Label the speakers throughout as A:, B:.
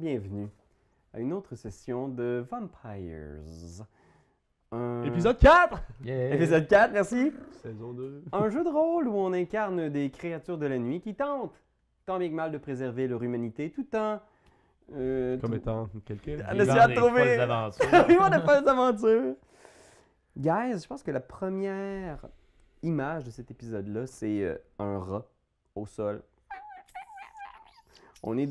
A: bienvenue euh, à une autre session de Vampires. Un-
B: Épisode 4!
C: Yeah.
A: Épisode 4, merci.
B: Saison 2.
A: Un jeu de rôle où on incarne des créatures de la nuit qui tentent, tant bien que mal, de préserver leur humanité tout en... euh,
B: Comme
A: tout-
B: étant quelqu'un.
A: Ah,
C: Vivant
A: Laissez-la
C: des
A: trouver.
C: folles aventures.
A: Vivant de folles aventures! Guys, je pense que la première image de cet épisode-là, c'est euh, un rat au sol. On est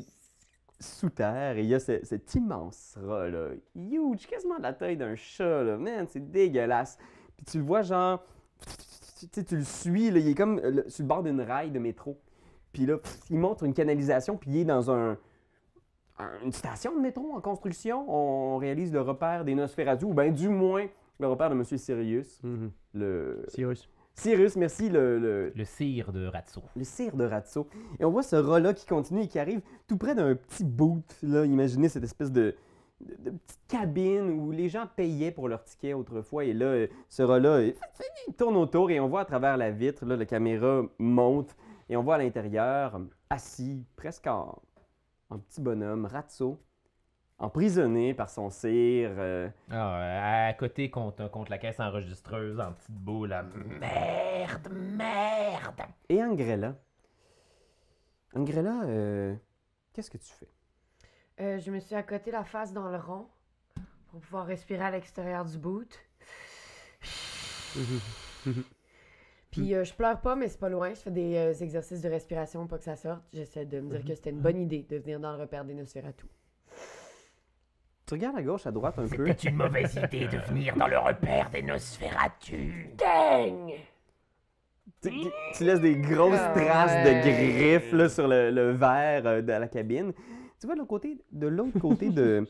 A: sous terre et il y a ce- cet immense rat-là, huge, quasiment de la taille d'un chat, là. Man, c'est dégueulasse. Puis tu le vois, genre, tu sais, tu le suis, là, il est comme euh, le- sur le bord d'une rail de métro. Puis là, pff, il montre une canalisation, puis il est dans un, un- une station de métro en construction. On réalise le repère des Nosferatu, ou bien du moins le repère de Monsieur Sirius.
B: Mhm.
A: Le...
B: Cyrus.
A: Sirius, merci, le, le,
C: Le cire de Ratso.
A: le cire de Ratso. Et on voit ce rat-là qui continue et qui arrive tout près d'un petit boot. Là. Imaginez cette espèce de, de- de petite cabine où les gens payaient pour leur ticket autrefois. Et là, euh, ce rat-là, euh, il tourne autour et on voit à travers la vitre, là, la caméra monte et on voit à l'intérieur, euh, assis, presque en, en petit bonhomme, Ratso, emprisonné par son cire. euh,
C: Ah, à côté contre, contre la caisse enregistreuse en petite boule. à Merde, merde.
A: Et Angrella. Angrella, euh, qu'est-ce que tu fais?
D: Euh, je me suis accoté la face dans le rond pour pouvoir respirer à l'extérieur du boot. Puis euh, je pleure pas, mais c'est pas loin. Je fais des euh, exercices de respiration pour que ça sorte. J'essaie de me dire que c'était une bonne idée de venir dans le repère des Nosferatu.
A: Tu regardes à gauche, à droite un peu.
C: C'est une mauvaise idée de venir dans le repère des Nosferatu.
D: Dang!
A: Tu, tu- tu laisses des grosses
D: Mm. Ah
A: traces de
D: ouais.
A: griffes là, sur le, le verre euh, de la cabine. Tu vois de l'autre côté, de l'autre côté de,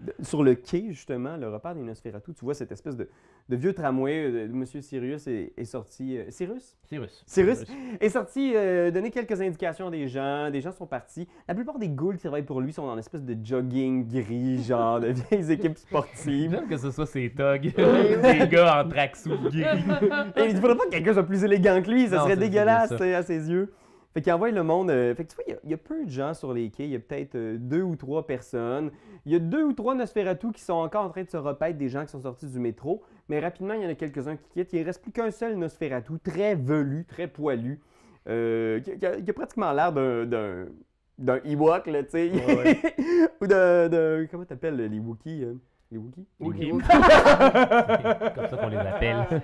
A: de- sur le quai justement, le repère des Nosferatu, tu vois cette espèce de, de vieux tramway. euh, de- Monsieur Sirius est, est sorti. euh, Cyrus?
C: Cyrus.
A: Cyrus est sorti euh, donner quelques indications à des gens. Des gens sont partis. La plupart des ghouls qui travaillent pour lui sont dans l'espèce de jogging gris, genre de vieilles équipes sportives.
C: J'aime que ce soit ces togs. des gars en tracksuit gris.
A: Et il ne faudrait pas que quelqu'un soit plus élégant que lui, ça
C: Non,
A: serait
C: c'est- c'est bien
A: dégueulasse
C: ça.
A: tu sais, à ses yeux. Fait qu'il envoie le monde. euh, fait que tu vois, il y a- il y, a peu de gens sur les quais. Il y a peut-être euh, deux ou trois personnes. Il y a deux ou trois Nosferatu qui sont encore en train de se repaître des gens qui sont sortis du métro. Mais rapidement, il y en a quelques-uns qui quittent. Il reste plus qu'un seul Nosferatu, très velu, très poilu, euh, qui, qui a, qui a pratiquement l'air d'un. d'un d'un Ewok, là, tu sais.
B: Ouais, ouais.
A: Ou d'un. d'un- Comment t'appelles les Wookiees euh? Les Wookiees
B: Wookie.
C: C'est comme ça qu'on les appelle.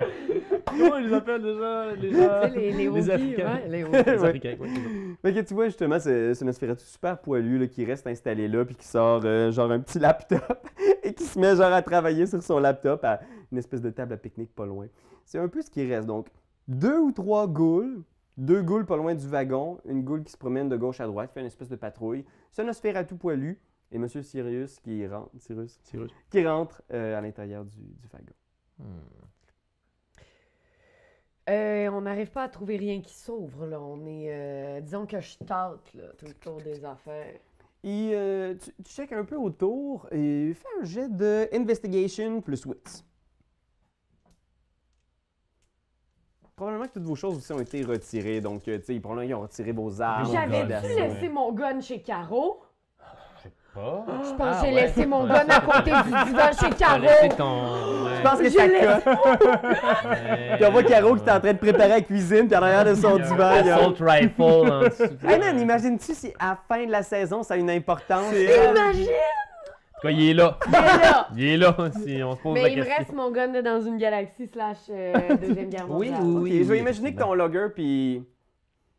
B: Comment ils les appellent déjà Les
D: Tu
B: gens.
D: sais, les, les
B: Les
D: Wookiees,
B: Africains.
D: ouais, les
B: Les
D: Wookiees.
A: Ouais.
B: Africains, ouais, c'est ça.
A: Mais que tu vois justement ce, ce Nosferatu super poilu là, qui reste installé là puis qui sort euh, genre un petit laptop et qui se met genre à travailler sur son laptop à une espèce de table à pique-nique pas loin. C'est un peu ce qui reste. Donc deux ou trois ghouls, deux ghouls pas loin du wagon, une goule qui se promène de gauche à droite, fait une espèce de patrouille. Ce Nosferatu poilu et Monsieur Sirius qui rentre, Cyrus,
B: Cyrus.
A: qui rentre euh, à l'intérieur du, du wagon.
C: Hmm.
D: Euh, on n'arrive pas à trouver rien qui s'ouvre, là. On est. euh, disons que je tâte, là, tout autour des affaires.
A: Et euh, tu, tu checkes un peu autour et fais un jet de investigation plus wits. Probablement que toutes vos choses aussi ont été retirées, donc euh, tu sais, probablement qu'ils ont retiré vos armes.
D: J'avais
C: Ah, God,
D: dû
C: ouais.
D: laisser mon gun chez Caro.
C: Je sais pas.
D: Je pense
C: Ah,
D: que j'ai
C: ouais.
D: laissé mon gun à côté du divan chez
C: T'as
D: Caro.
C: laissé ton.
A: Je
C: ouais.
A: pense que
D: Je
A: ça
D: l'ai-
A: colle. Puis on voit Caro qui est en train de préparer la cuisine, puis en arrière de son divan, il y a...
C: Assault rifle hein, en dessous.
A: Hey man, imagine-tu si à la fin de la saison, ça a une importance? là?
D: Imagine!
C: En tout cas, il est là.
D: Mais là,
C: Il est là, si on se pose
D: Mais il
C: la
D: me
C: question.
D: reste mon gun de dans une galaxie slash euh, deuxième guerre
C: Oui,
D: mondiale.
C: oui.
A: Ok, je vais imaginer que ton logger, puis...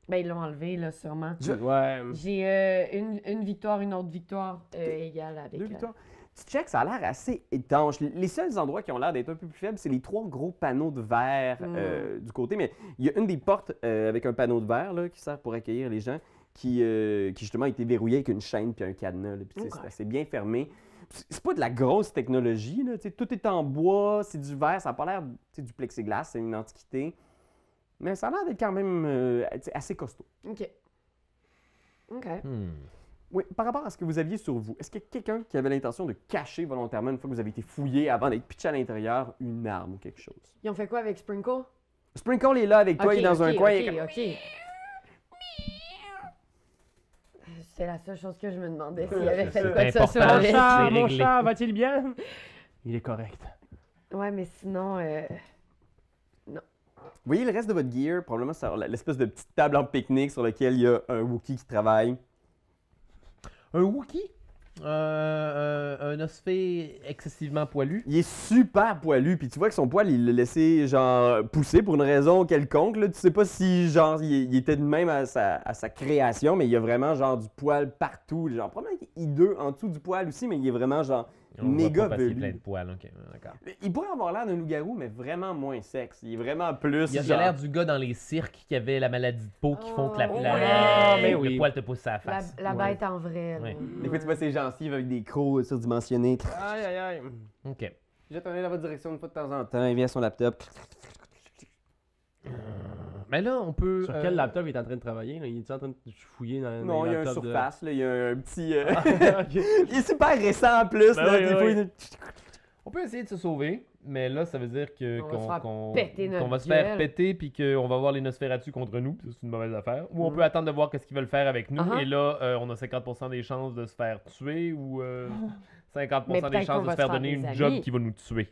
D: Ben ils l'ont enlevé là sûrement.
B: Ouais.
D: J'ai euh, une, une victoire, une autre victoire euh, égale avec.
A: Deux
D: euh,
A: victoires. Tu checks, ça a l'air assez étanche. Les- Les seuls endroits qui ont l'air d'être un peu plus faibles, c'est les trois gros panneaux de verre
D: Mm.
A: euh, du côté. Mais il y a une des portes euh, avec un panneau de verre là, qui sert pour accueillir les gens, qui, euh, qui justement a été verrouillée avec une chaîne puis un cadenas. là. Puis, tu sais,
D: Ok.
A: C'est assez bien fermé. Puis C'est c'est pas de la grosse technologie. Là, tu sais, tout est en bois, c'est du verre, ça n'a pas l'air tu sais, du plexiglas, c'est une antiquité. Mais ça a l'air d'être quand même euh, tu sais, assez costaud.
D: Ok. Ok.
C: Hmm.
A: Oui, par rapport à ce que vous aviez sur vous, est-ce qu'il y a quelqu'un qui avait l'intention de cacher volontairement, une fois que vous avez été fouillé avant d'être pitché à l'intérieur, une arme ou quelque chose?
D: Ils ont fait quoi avec Sprinkle?
A: Sprinkle est là avec toi, il est dans un coin. il est
D: Ok,
A: comme-
D: ok. Euh, C'était la seule chose que je me demandais
B: Ouais,
D: s'il avait
B: c'est
D: fait
B: ça.
D: quoi que ce
C: Important.
D: soit
C: Ah,
E: Mon
C: c'est
D: avec.
E: chat, mon
C: réglé.
E: chat, va-t-il bien Il est correct.
D: Ouais, mais sinon, euh,
A: Vous voyez le reste de votre gear, probablement sur la- l'espèce de petite table en pique-nique sur laquelle il y a un Wookiee qui travaille.
C: Un Wookie? Euh, un, un ossifé excessivement poilu?
A: Il est super poilu, puis tu vois que son poil, il l'a laissé, genre, pousser pour une raison quelconque. Là. Tu sais pas si, genre, il, il était de même à sa, à sa création, mais il y a vraiment, genre, du poil partout. Genre, probablement qu'il est hideux en dessous du poil aussi, mais il est vraiment, genre...
C: On le voit
A: Méga
C: pas parce qu'il est
A: velu.
C: plein de poils, ok, d'accord.
A: Il pourrait avoir l'air d'un loup-garou, mais vraiment moins sexe. Il est vraiment plus,
C: Il y a
A: genre...
C: l'air du gars dans les cirques qui avait la maladie de peau qui font que la,
D: Oh,
C: la-
D: ouais.
C: la-
E: Ah, mais
C: le
E: oui.
C: poil te pousse à la
D: la,
C: face.
D: la
C: Ouais.
D: bête en vrai. là.
C: Ouais.
A: Des fois, tu vois ses gencives avec des crocs surdimensionnés.
B: Aïe, aïe, aïe.
C: Ok.
A: Jette un œil dans votre direction une fois de temps en temps. Il vient à son laptop.
C: Mais là, on peut.
E: Sur
C: euh,
E: quel laptop il est en train de travailler là? Il est en train de fouiller dans dans
A: Non,
E: les
A: il y a un
E: laptops de-
A: surface, là, il y a un petit... euh,
E: Ok.
A: il est super récent en plus,
E: Ben
A: là,
E: oui,
A: des fois,
E: oui.
A: il-
C: On peut essayer de se sauver, mais là, ça veut dire que
D: On va se
C: qu'on
D: faire
C: qu'on-
D: péter notre
C: qu'on va se
D: gueule.
C: faire péter puis qu'on va voir les Nosferatu contre nous, puis ça, c'est une mauvaise affaire. Ou on
D: Mhm.
C: peut attendre de voir qu'est-ce qu'ils veulent faire avec nous,
D: Uh-huh.
C: et là, euh, on a 50% des chances de se faire tuer ou euh, 50%
D: Mais
C: des
D: peut-être qu'on
C: chances de
D: va
C: se
D: se
C: faire
D: faire
C: donner
D: des
C: une
D: amis.
C: job qui va nous tuer.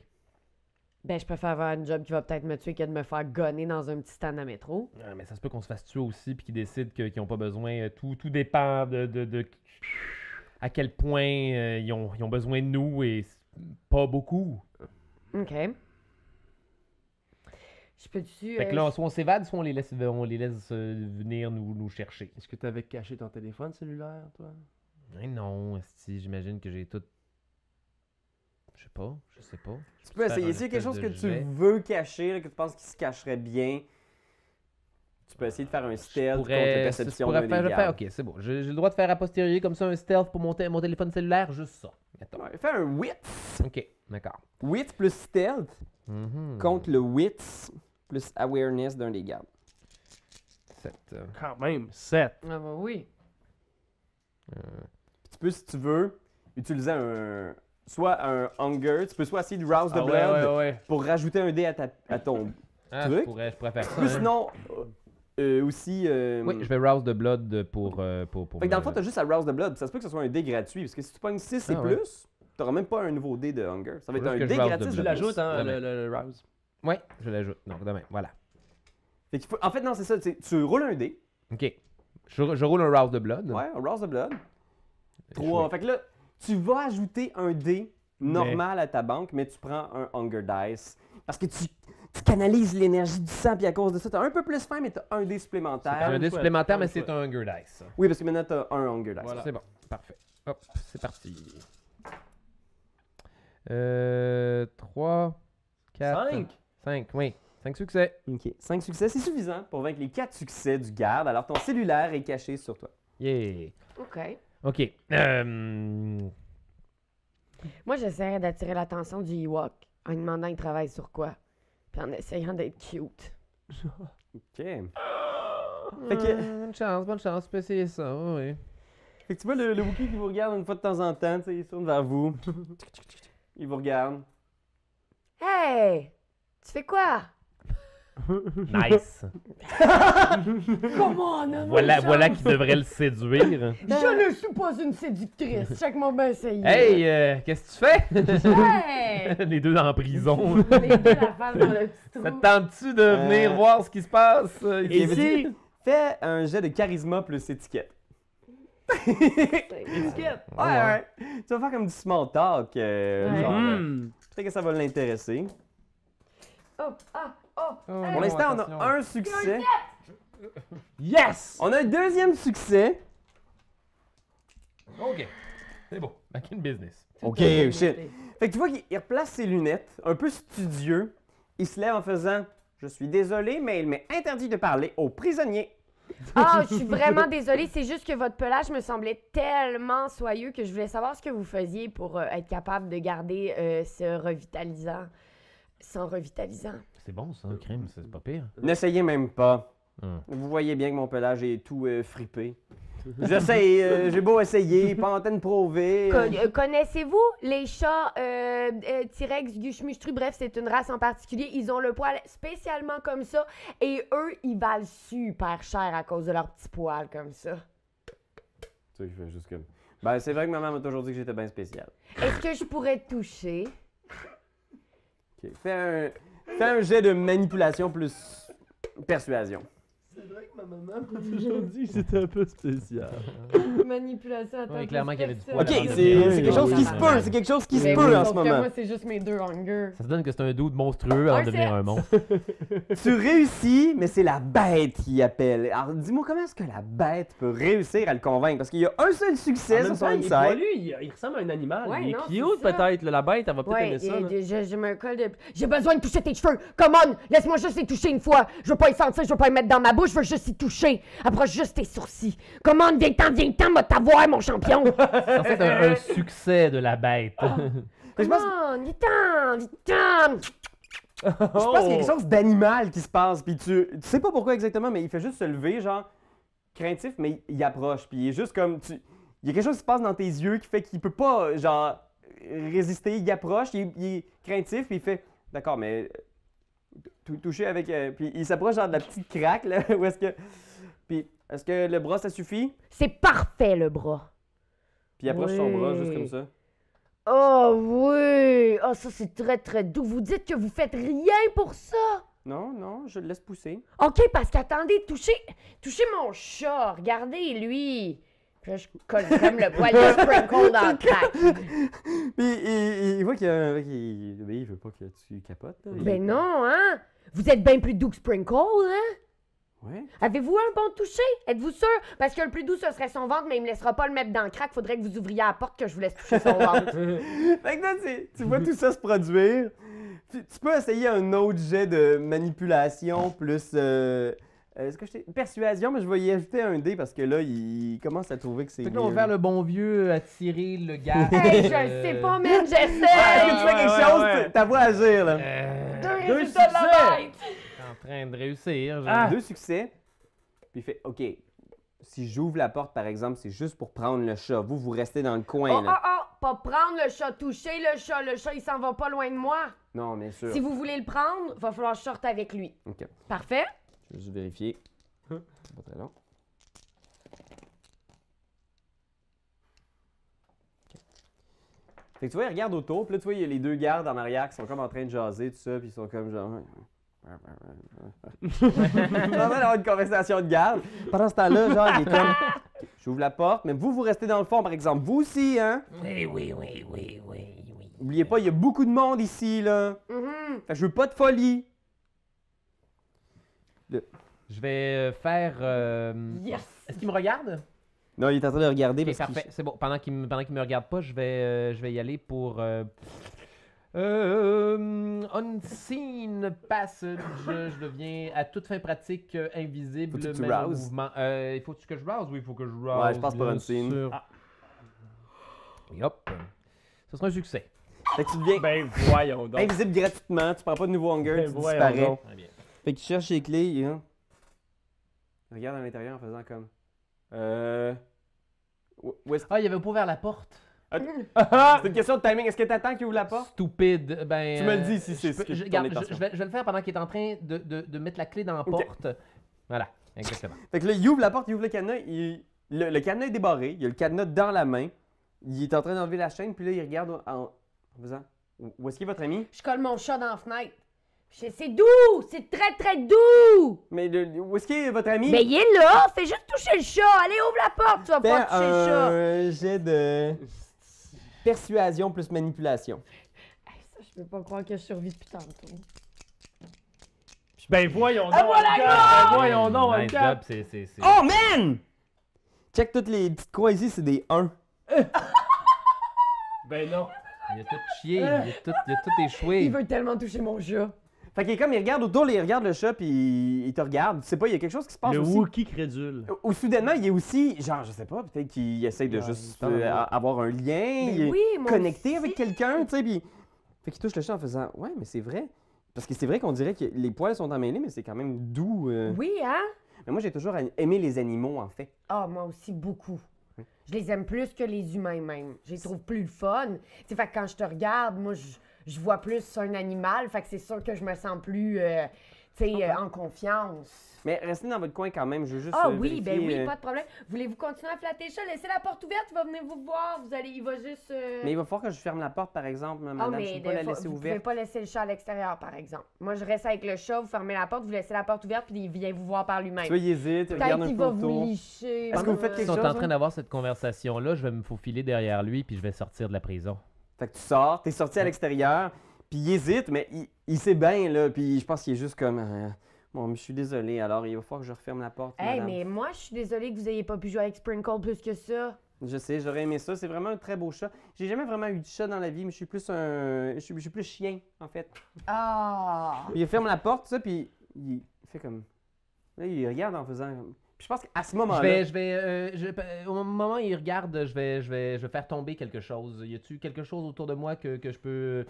D: Ben, je préfère avoir une job qui va peut-être me tuer que de me faire gonner dans un petit stand à métro.
C: Ah, mais ça se peut qu'on se fasse tuer aussi puis qu'ils décident que- qu'ils n'ont pas besoin. euh, Tout, tout dépend de, de- de à quel point euh, ils, ont, ils ont besoin de nous et c'est pas beaucoup.
D: OK. Je peux-tu...
C: Fait que
D: euh,
C: là, soit on s'évade, soit on les laisse, on les laisse euh, venir nous, nous chercher.
E: Est-ce que tu avais caché ton téléphone cellulaire, toi
C: Eh non, esti, j'imagine que j'ai tout. Je sais pas, je sais pas.
A: Tu peux
C: faire un
A: essayer. S'il y a quelque
C: espèce
A: chose
C: de
A: que tu
C: jet.
A: veux cacher, là, que tu penses qu'il se cacherait bien, tu peux essayer de faire un
C: Je
A: stealth contre
C: pourrais,
A: la
C: ça, je
A: perception
C: pourrais
A: d'un
C: faire,
A: des
C: je vais faire-
A: gardes.
C: ok, c'est bon. J'ai j'ai le droit de faire a posteriori comme ça un stealth pour mon, tél- mon téléphone cellulaire, juste ça. Mettons.
A: Ouais, fais un wit.
C: Ok, d'accord.
A: Wit plus stealth
C: Mhm.
A: contre le wit plus awareness d'un des gardes.
C: Sept, euh,
E: Quand même, 7.
D: Ah bah oui.
C: euh,
A: Tu peux, si tu veux, utiliser un. Soit un hunger, tu peux soit essayer de rouse the
E: Ah ouais,
A: blood
E: ouais, ouais.
A: pour rajouter un dé à, ta, à ton.
C: Ah, je
A: Truc.
C: pourrais, je pourrais faire ça.
A: Ou
C: hein.
A: sinon, euh, euh, aussi. euh,
C: Oui, je vais rouse the blood pour. euh, pour, pour
A: Fait que dans le
C: me-
A: fond, t'as juste à rouse the blood. puis Ça se peut que ce soit un dé gratuit. Parce que si tu pognes 6 et
C: Ah ouais.
A: plus, t'auras même pas un nouveau dé de hunger. Ça va
C: Faut
A: être un
C: juste que
A: dé
C: je rouse the
A: gratuit.
C: blood.
A: de
E: Tu l'ajoutes,
A: plus.
E: hein,
C: Ouais,
E: le, le- le rouse.
C: Ouais, je l'ajoute. Donc, demain, voilà.
A: Fait qu'il faut- En fait, non, c'est ça. c'est- Tu roules un dé.
C: Ok. Je, je roule un rouse the blood.
A: Ouais, un rouse the blood.
C: Je-
A: 3. Fait que là, tu vas ajouter un dé normal à ta banque, mais tu prends un hunger dice. Parce que tu, tu canalises l'énergie du sang, puis à cause de ça, t'as un peu plus faim, mais t'as un dé
C: J'ai
A: supplémentaire.
C: un
E: même
C: dé
E: chouette,
C: supplémentaire,
E: quand
C: mais
E: même
C: c'est
E: chouette.
C: un Hunger Dice.
A: Oui, parce que maintenant, t'as un hunger dice.
E: Voilà.
C: C'est bon, parfait. Hop, c'est parti. Euh, 3, 4,
E: 5
C: 5, oui. 5 succès.
A: OK. 5 succès, c'est suffisant pour vaincre les 4 succès du garde. Alors, ton cellulaire est caché sur toi.
C: Yeah.
D: OK.
C: Ok. Euh,
D: Moi, j'essaierais d'attirer l'attention du Ewok en lui demandant il travaille sur quoi. Puis en essayant d'être cute.
A: OK. Fait que-
C: hmm, Bonne chance, bonne chance, tu peux essayer ça, oui.
A: Fait que tu vois le, le Wookiee qui vous regarde une fois de temps en temps, tu sais, il se tourne vers vous. Il vous regarde.
D: Hey! Tu fais quoi?
C: Nice.
D: Comment on a
C: voilà voilà qui devrait le séduire.
D: Je ne suis pas une séductrice. Chaque moment essayé.
C: Hey, euh, qu'est-ce que tu fais?
D: Hey!
C: Les deux en prison.
D: Les deux, la femme dans le petit trou.
C: Ça te tente-tu de venir
A: Euh,
C: voir ce qui se passe euh,
A: et
C: ici?
A: si- Fais un jet de charisme plus étiquette.
D: Étiquette.
A: Ouais, ouais. Tu vas faire comme du small talk. euh,
D: Ouais.
A: genre, euh,
E: Hmm.
A: Peut-être que ça va l'intéresser.
D: Hop, ah, hop.
C: Oh,
A: Pour
C: non,
A: l'instant, on
C: attention.
A: a un succès.
E: Yes
A: On a un deuxième succès.
C: Ok. C'est bon. Back in business.
A: Ok, shit. Fait que tu vois qu'il il replace ses lunettes, un peu studieux. Il se lève en faisant Je suis désolé, mais il m'est interdit de parler aux prisonniers.
D: Ah, je suis vraiment désolée. C'est juste que votre pelage me semblait tellement soyeux que je voulais savoir ce que vous faisiez pour euh, être capable de garder euh, ce revitalisant. Sans revitalisant.
C: C'est bon, ça, le crime, c'est pas pire.
A: N'essayez même pas.
C: Hum.
A: Vous voyez bien que mon pelage est tout euh, fripé. J'essaye, euh, j'ai beau essayer, pantaine prouver.
D: Con- euh, Connaissez-vous les chats euh, euh, T-Rex, Gushmustru, bref, c'est une race en particulier. Ils ont le poil spécialement comme ça et eux, ils valent super cher à cause de leur petit poil comme ça.
A: Tu sais, je fais juste comme. Ben, c'est vrai que maman m'a toujours dit que j'étais bien spécial.
D: Est-ce que je pourrais te toucher?
A: Ok. Fais un, fais un jet de manipulation plus persuasion.
E: C'est vrai que ma maman m'a
B: toujours dit que c'était un peu spécial.
D: Manipulation, attends.
C: Ouais, clairement qu'il y avait du poids
A: Ok,
C: Ouais,
A: c'est
C: ouais,
A: c'est
C: ouais,
A: quelque chose
C: ouais,
A: qui se
C: ouais.
A: peut, c'est quelque chose qui se
D: Mais
A: peut
D: oui,
A: en ce
D: sauf que
A: moment.
D: Moi, c'est juste mes deux hunger.
C: Ça se donne que c'est un dude monstrueux
D: Un
C: avant de devenir un
D: sept.
C: monstre.
A: Tu réussis, mais c'est la bête qui appelle. Alors, dis-moi comment est-ce que la bête peut réussir à le convaincre? Parce qu'il y a un seul succès sur son
E: il est
A: insight.
E: poilu, il, il ressemble à un animal.
D: Ouais,
E: il est
D: non,
E: cute
D: c'est ça.
E: peut-être, là, la bête, elle va peut-être
D: Ouais,
E: aimer ça.
D: et-
E: là.
D: et je, je me colle de... J'ai besoin de toucher tes cheveux! Come on! Laisse-moi juste les toucher une fois! Je veux pas y sentir, je veux pas y mettre dans ma bouche, je veux juste y toucher! Approche juste tes sourcils! Come on, viens-t'en, viens-t'en, va t'avoir, mon champion!
C: Ça, C'est un, un succès de la bête.
A: Mais je pense,
D: Come on, viens-t'en, viens-t'en!
A: je pense qu'il y a quelque chose d'animal qui se passe. Puis tu, tu sais pas pourquoi exactement, mais il fait juste se lever, genre craintif, mais il approche. Puis il est juste comme. Tu, il y a quelque chose qui se passe dans tes yeux qui fait qu'il peut pas, genre, résister. Il approche, il, est- il est craintif, puis il fait D'accord, mais. euh, tou- Toucher avec. euh, puis il s'approche, genre, de la petite craque, là. Où est-ce que. Puis est-ce que le bras, ça suffit?
D: C'est parfait, le bras!
A: Puis il approche son bras juste
D: Oui.
A: comme ça.
D: Oh oui! Oh, ça, c'est très, très doux. Vous dites que vous faites rien pour ça!
A: Non, non, je le laisse pousser.
D: OK, parce qu'attendez, touchez, touchez mon chat, regardez, lui. Puis là, je colle comme le poil de Sprinkle dans le crack.
A: Puis il, il- il voit qu'il y a un. Il, mais il veut pas que tu capotes. là. Il-
D: Ben non, hein? Vous êtes bien plus doux que Sprinkle, hein?
A: Ouais.
D: Avez-vous un bon toucher? Êtes-vous sûr? Parce que le plus doux, ce serait son ventre, mais il me laissera pas le mettre dans le crack. Faudrait que vous ouvriez la porte que je vous laisse toucher son ventre.
A: Fait que là, tu, tu vois tout ça se produire. Puis tu peux essayer un autre jet de manipulation plus. euh, euh, Est-ce que je t'ai- Persuasion, mais je vais y ajouter un dé parce que là, il, il commence à trouver que c'est.
C: Fait que là, on
A: weird.
C: va vers le bon vieux euh, attirer le gars.
D: hey, je le sais pas, man,
A: Est-ce que
D: j'essaie!
A: tu fais quelque
B: Ouais, ouais,
A: chose?
B: ouais.
A: tu- Ta voix agir, là.
C: Euh,
D: Deux
E: Deux
D: résultats de la
E: succès.
D: bête!
C: t'es en train de réussir. genre.
E: Ah!
A: Deux succès. Puis il fait OK. Si j'ouvre la porte, par exemple, c'est juste pour prendre le chat. Vous, vous restez dans le coin,
D: Oh, oh,
A: là.
D: oh! Pas prendre le chat, toucher le chat. Le chat, il s'en va pas loin de moi.
A: Non, bien sûr.
D: Si vous voulez le prendre, va falloir que je sorte avec lui.
A: OK.
D: Parfait?
A: Je vais juste vérifier.
C: Hein?
A: C'est Pas très long. Ok. Fait que tu vois, il regarde autour, puis là, tu vois, il y a les deux gardes en arrière qui sont comme en train de jaser, tout ça, puis ils sont comme genre. Ils sont en train d'avoir une conversation de garde. Pendant ce temps-là, genre, il est comme. Ok, J'ouvre la porte, mais vous, vous restez dans le fond, par exemple. Vous aussi, hein?
C: Oui, oui, oui, oui, oui, oui.
A: Oubliez pas, il y a beaucoup de monde ici, là.
D: Mhm.
A: Fait que je veux pas de folie.
C: Je vais euh, faire. euh,
D: Yes!
C: Est-ce qu'il me regarde
A: Non, il est en train de regarder,
C: Ok,
A: parce qu'il-
C: parfait. C'est bon. Pendant qu'il me, pendant qu'il me regarde pas, je vais, euh, je vais y aller pour. euh, euh, unseen passage. je deviens à toute fin pratique euh, invisible.
A: Faut-tu que tu
C: mais en
A: rouses?
C: mouvement. Euh, il faut que je rouse Oui, il faut que je rouse.
A: Ouais, je passe par
C: bien
A: unseen.
C: sûr. Ah. Et hop. Ce sera un succès.
A: Fait que tu deviens
E: Ben voyons donc.
A: invisible gratuitement, tu prends pas de nouveau hunger,
E: Ben
A: tu
E: voyons
A: disparais.
E: donc.
C: Très bien.
A: Fait qu'il cherche les clés, il
C: hein.
A: il regarde à l'intérieur en faisant comme. Euh. où- où est-ce-
C: Ah, il avait pas ouvert la porte.
A: C'est une question de timing. Est-ce que t'attends qu'il ouvre la porte?
C: Stupide. Ben,
A: Ah! Tu me le
C: euh,
A: dis si c'est ce
C: Je,
A: que
C: je-
A: ton
C: regarde, je,
A: intention.
C: je vais, je vais le faire pendant qu'il est en train de, de- de mettre la clé dans la
A: Ok.
C: porte. Voilà, exactement.
A: Fait que là, il ouvre la porte, il ouvre le cadenas, il- le, le cadenas est débarré, il a le cadenas dans la main, il est en train d'enlever la chaîne, puis là, il regarde en, en faisant. Où où est-ce qu'il est votre ami?
D: Je colle mon chat dans la fenêtre. Je sais, C'est doux! C'est très, très doux!
A: Mais le- où est-ce qu'il est votre ami?
D: Mais Ben, il est là! Fais juste toucher le chat! Allez, ouvre la porte! Tu vas
A: Fais
D: pas toucher le chat!
A: un jet de. Persuasion plus manipulation.
D: Hey, ça, je peux pas croire que je survis depuis tantôt.
E: Ben voyons donc.
D: Ah, voilà,
E: on le garde, Ben voyons
C: Nice
E: donc, on le
C: job,
E: garde.
C: c'est- c'est- c'est-
A: Oh man! Check toutes les petites croix ici, c'est des 1.
E: Ben non.
C: Il a tout chié, il
A: Euh.
C: a tout, il a tout échoué.
D: Il veut tellement toucher mon chat.
A: Fait qu'il est comme, il regarde autour, il regarde le chat, puis il te regarde. Tu sais pas, il y a quelque chose qui se passe
E: Le
A: aussi.
E: Wookie crédule.
A: Ou- Ou soudainement, il est aussi, genre, je sais pas, peut-être qu'il essaye de
E: Ouais, il
A: juste
E: parle
A: euh,
E: à
A: a- avoir un lien, il est
D: Ben oui, moi
A: connecté
D: aussi.
A: avec quelqu'un, tu sais, puis... Fait qu'il touche le chat en faisant, ouais, mais c'est vrai. Parce que c'est vrai qu'on dirait que les poils sont emmêlés, mais c'est quand même doux. euh.
D: Oui, hein?
A: Mais moi, j'ai toujours a- aimé les animaux, en fait.
D: Ah, moi aussi, beaucoup. Je les aime plus que les humains, même. Je les trouve plus le fun. Tu sais, fait que quand je te regarde, moi, je, je vois plus un animal. Fait que c'est sûr que je me sens plus. euh, tu tu sais, euh, en confiance.
A: Mais restez dans votre coin quand même, je veux juste.
D: Ah
A: euh,
D: oui, ben
A: vérifier,
D: oui,
A: euh,
D: pas de problème. Voulez-vous continuer à flatter le chat? Laissez la porte ouverte, il va venir vous voir. Vous allez, il va juste. euh,
A: Mais il va falloir que je ferme la porte, par exemple, madame. je ne peux
D: Ah, de-
A: pas la
D: faut-
A: laisser
D: vous pouvez
A: ouverte.
D: pas laisser le chat à l'extérieur, par exemple. Moi, je reste avec le chat, vous fermez la porte, vous laissez la porte ouverte, puis il vient vous voir par lui-même.
A: Tu vois, il hésite, il regarde
D: Peut-être
A: un
D: qu'il
A: peu
D: va vous
A: autour.
D: licher. euh.
A: Est-ce que vous faites
C: Ils
A: quelque
C: sont
A: chose,
C: en
A: hein?
C: train d'avoir cette conversation-là. Je vais me faufiler derrière lui, puis je vais sortir de la prison.
A: Fait que tu sors, t'es sorti à l'extérieur, puis il hésite, mais il, il sait bien, là, puis je pense qu'il est juste comme... euh, bon, je suis désolé, alors il va falloir que je referme la porte,
D: Hey,
A: madame.
D: mais moi, je suis désolée que vous ayez pas pu jouer avec Sprinkle plus que ça.
A: Je sais, j'aurais aimé ça, c'est vraiment un très beau chat. J'ai jamais vraiment eu de chat dans la vie, mais je suis plus un... Je suis, je suis plus chien, en fait.
D: Ah!
A: Puis il ferme la porte, ça, puis il fait comme... Là, il regarde en faisant... comme- Puis je pense qu'à ce
C: Je
A: moment-là...
C: vais, je vais, euh, je- au moment où il regarde, je vais, je vais, je vais faire tomber quelque chose. Y a-tu quelque chose autour de moi que, que je peux,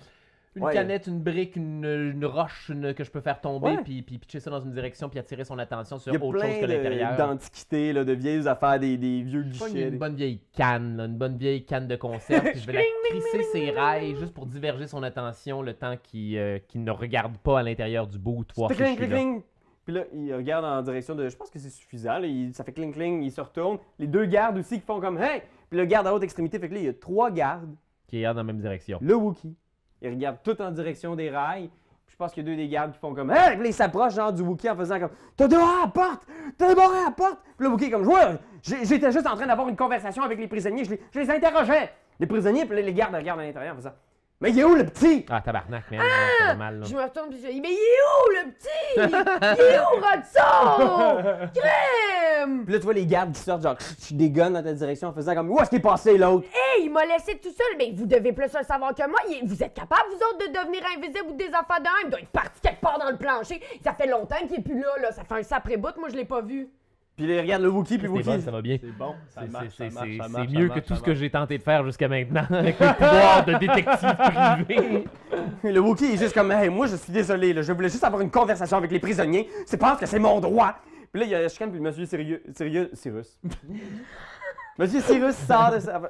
C: une
A: Ouais.
C: canette, une brique, une, une roche, une- que je peux faire tomber,
A: Ouais.
C: puis, puis pitcher ça dans une direction, puis attirer son attention sur
A: Il y a
C: autre chose
A: plein
C: que
A: de-
C: l'intérieur.
A: d'antiquités, là, de vieilles affaires, des, des vieux
C: Je pogne
A: guichets.
C: une
A: des-
C: bonne vieille canne, là, une bonne vieille canne de conserve, puis je vais la crisser ses rails juste pour diverger son attention le temps qu'il euh, qu'il ne regarde pas à l'intérieur du bout voir si je
A: Cling,
C: suis
A: cling,
C: là.
A: cling. Puis là, il regarde en direction de. Je pense que c'est suffisant. là. Il- ça fait cling, cling. Il se retourne. Les deux gardes aussi qui font comme Hey! Puis le garde à haute extrémité. Fait que là, il y a trois gardes.
C: Qui regarde dans la même direction.
A: Le Wookie. Il regarde tout en direction des rails. Puis je pense qu'il y a deux des gardes qui font comme Hey! Puis là, il s'approche genre du Wookie en faisant comme T'as dehors à la porte! T'as dehors à la porte! Puis le Wookie est comme Ouais! j'ai- J'étais juste en train d'avoir une conversation avec les prisonniers. Je les, je les interrogeais! Les prisonniers, puis là, les gardes regardent à l'intérieur en faisant Mais il est où le petit?
C: Ah, tabarnak, man. Ah, ça va mal, là.
D: Je me retourne puis je dis Mais il est où le petit? Il est où Rodson? Crème!
A: Puis là, tu vois les gardes qui sortent genre des guns dans ta direction en faisant comme Où est-ce qu'il est passé l'autre?
D: Hey, il m'a laissé tout seul, mais vous devez plus le savoir que moi. Il- Vous êtes capables, vous autres, de devenir invisible ou des affaires de même? Il doit être parti quelque part dans le plancher. Ça fait longtemps qu'il est plus là, là. Ça fait un sacré bout, moi je l'ai pas vu.
A: Puis là, il regarde le Wookie, puis
C: C'est
A: Wookie.
C: bon, ça va bien.
E: C'est bon, ça
C: C'est-
E: marche, ça
C: C'est c'est-
E: marche, ça
C: c'est
E: marche,
C: mieux
E: ça
C: que
E: marche,
C: tout
E: ça
C: ce que
E: marche.
C: j'ai tenté de faire jusqu'à maintenant avec le pouvoir de détective privé.
A: Le Wookie est juste comme, hey, moi je suis désolé, là, je voulais juste avoir une conversation avec les prisonniers. C'est parce que c'est mon droit. Puis là, il y a la chicane, puis monsieur sérieux, sérieux, Cyrus. monsieur Cyrus sort de sa.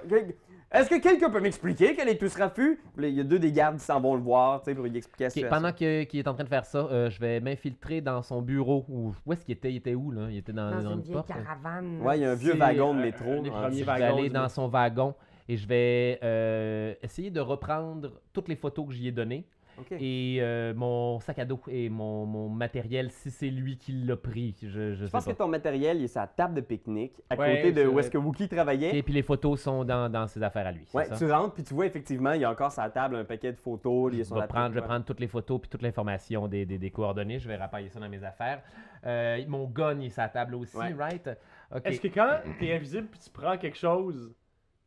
A: Est-ce que quelqu'un peut m'expliquer quel est tout ce raffut? Puis là, il y a deux des gardes qui s'en vont le voir, tu sais, pour lui expliquer la
C: Ok,
A: situation.
C: pendant que- qu'il est en train de faire ça, euh, je vais m'infiltrer dans son bureau. Où, où est-ce qu'il était Il était où, là Il était dans,
D: Dans
C: dans
D: une
C: une
D: vieille
C: porte. hein.
D: caravane.
A: Ouais, il y a un vieux
E: C'est,
A: wagon de
E: euh,
A: métro.
E: les
A: hein.
E: premiers
C: Je vais
E: wagon
C: aller
E: du
C: dans
E: métro.
C: son wagon et je vais euh, essayer de reprendre toutes les photos que j'y ai données
A: Ok.
C: et euh, mon sac à dos et mon, mon matériel, si c'est lui qui l'a pris. Je,
A: Je
C: je
A: pense que
C: sais pas.
A: ton matériel, il est sur la table de pique-nique, à
E: Ouais,
A: côté de
E: c'est
A: où
E: vrai.
A: est-ce que Wookie travaillait.
C: Et puis les photos sont dans, dans ses affaires à lui. c'est
A: Ouais,
C: ça?
A: tu rentres, puis tu vois effectivement, il y a encore sur la table un paquet de photos. liées
C: Je
A: sur
C: vais,
A: la
C: prendre,
A: table.
C: je vais prendre toutes les photos puis toute l'information des, des- des coordonnées. Je vais rapailler ça dans mes affaires. Euh, mon gun, il est à la table aussi,
A: Ouais.
C: right? OK.
E: Est-ce que quand t'es invisible puis tu prends quelque chose,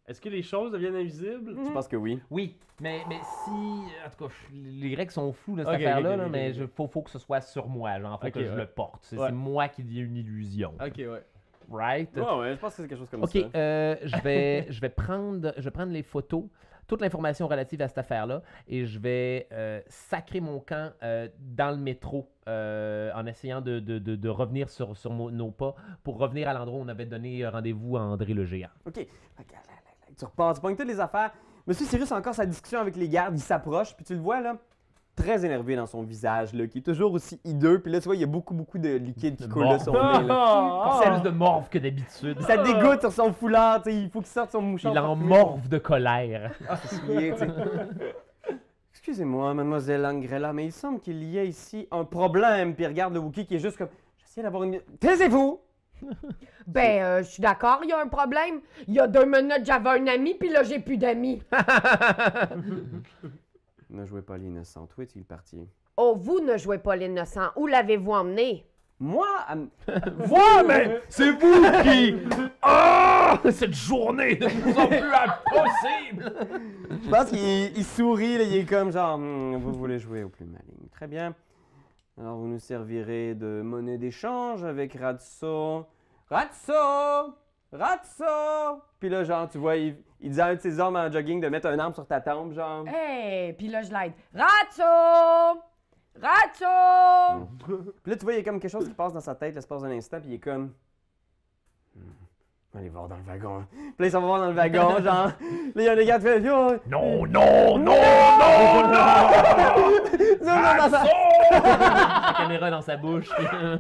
E: est-ce que les choses deviennent invisibles?
A: Je pense que oui.
C: Oui, mais, mais si... En tout cas, je- les règles sont floues de cette
E: Ok, ok,
C: affaire-là,
E: ok,
C: là,
E: ok,
C: mais
E: ok.
C: il faut, faut que ce soit sur moi. Genre, faut
E: Ok,
C: que je
E: ouais.
C: le porte. C'est
E: Ouais.
C: c'est moi qui deviens une illusion,
E: Ok, ouais.
C: right?
A: Ouais, ouais, je pense que c'est quelque chose comme
C: OK,
A: ça.
C: euh, je, vais, je, vais prendre, je vais prendre les photos, toute l'information relative à cette affaire-là, et je vais euh, sacrer mon camp euh, dans le métro euh, en essayant de, de- de- de revenir sur, sur mo- nos pas pour revenir à l'endroit où on avait donné rendez-vous à André le Géant.
A: OK. Fait que, là, là, là, Tu repars, tu pognes toutes les affaires. Monsieur Cyrus a encore sa discussion avec les gardes, il s'approche, puis tu le vois là, très énervé dans son visage, là, qui est toujours aussi hideux. Puis là, tu vois, il y a beaucoup, beaucoup de liquide qui
C: De
A: coule
C: mort.
A: de son
E: Ah!
A: nez. là.
B: Ah!
C: Plus de morve que d'habitude.
A: Ça dégoutte sur son foulard, tu sais, il faut qu'il sorte son mouchoir.
C: Il en
A: parfumé.
C: morve de colère.
A: Ah, c'est souillé, tu sais. Excusez-moi, mademoiselle Angrella, mais il semble qu'il y ait ici un problème. Puis regarde le Wookie qui est juste comme. J'essaie d'avoir une. Taisez-vous!
D: Ben, euh, je suis d'accord, il y a un problème. Il y a deux minutes, j'avais un ami, puis là, j'ai plus d'amis.
A: Ne jouez pas l'innocente. Où est-il parti?
D: Oh, vous ne jouez pas l'innocent. Où l'avez-vous emmené?
A: Moi, à m-
C: Moi, mais c'est vous qui... Ah! Cette journée de plus en plus impossible!
A: Je pense qu'il il sourit, là, il est comme genre, Hmm, vous voulez jouer au plus maligne. Très bien. Alors vous nous servirez de monnaie d'échange avec Ratso. Ratso! Ratso! Puis là, genre, tu vois, il, il dit à un de ses hommes en jogging de mettre un arme sur ta tombe, genre.
D: Hey, Eh, puis là, je l'aide. Ratso! Ratso!
A: Puis là, tu vois, il y a comme quelque chose qui passe dans sa tête l'espace d'un instant, puis il est comme. Hmm, on va Aller voir dans le wagon. Puis là, ils s'en vont voir dans le wagon, genre. Là, il y a un des gars qui fait Yo,
C: Oh
A: Oh,
C: Non, non, non, non, non!
A: Non, non, non, non.
C: La caméra dans sa bouche.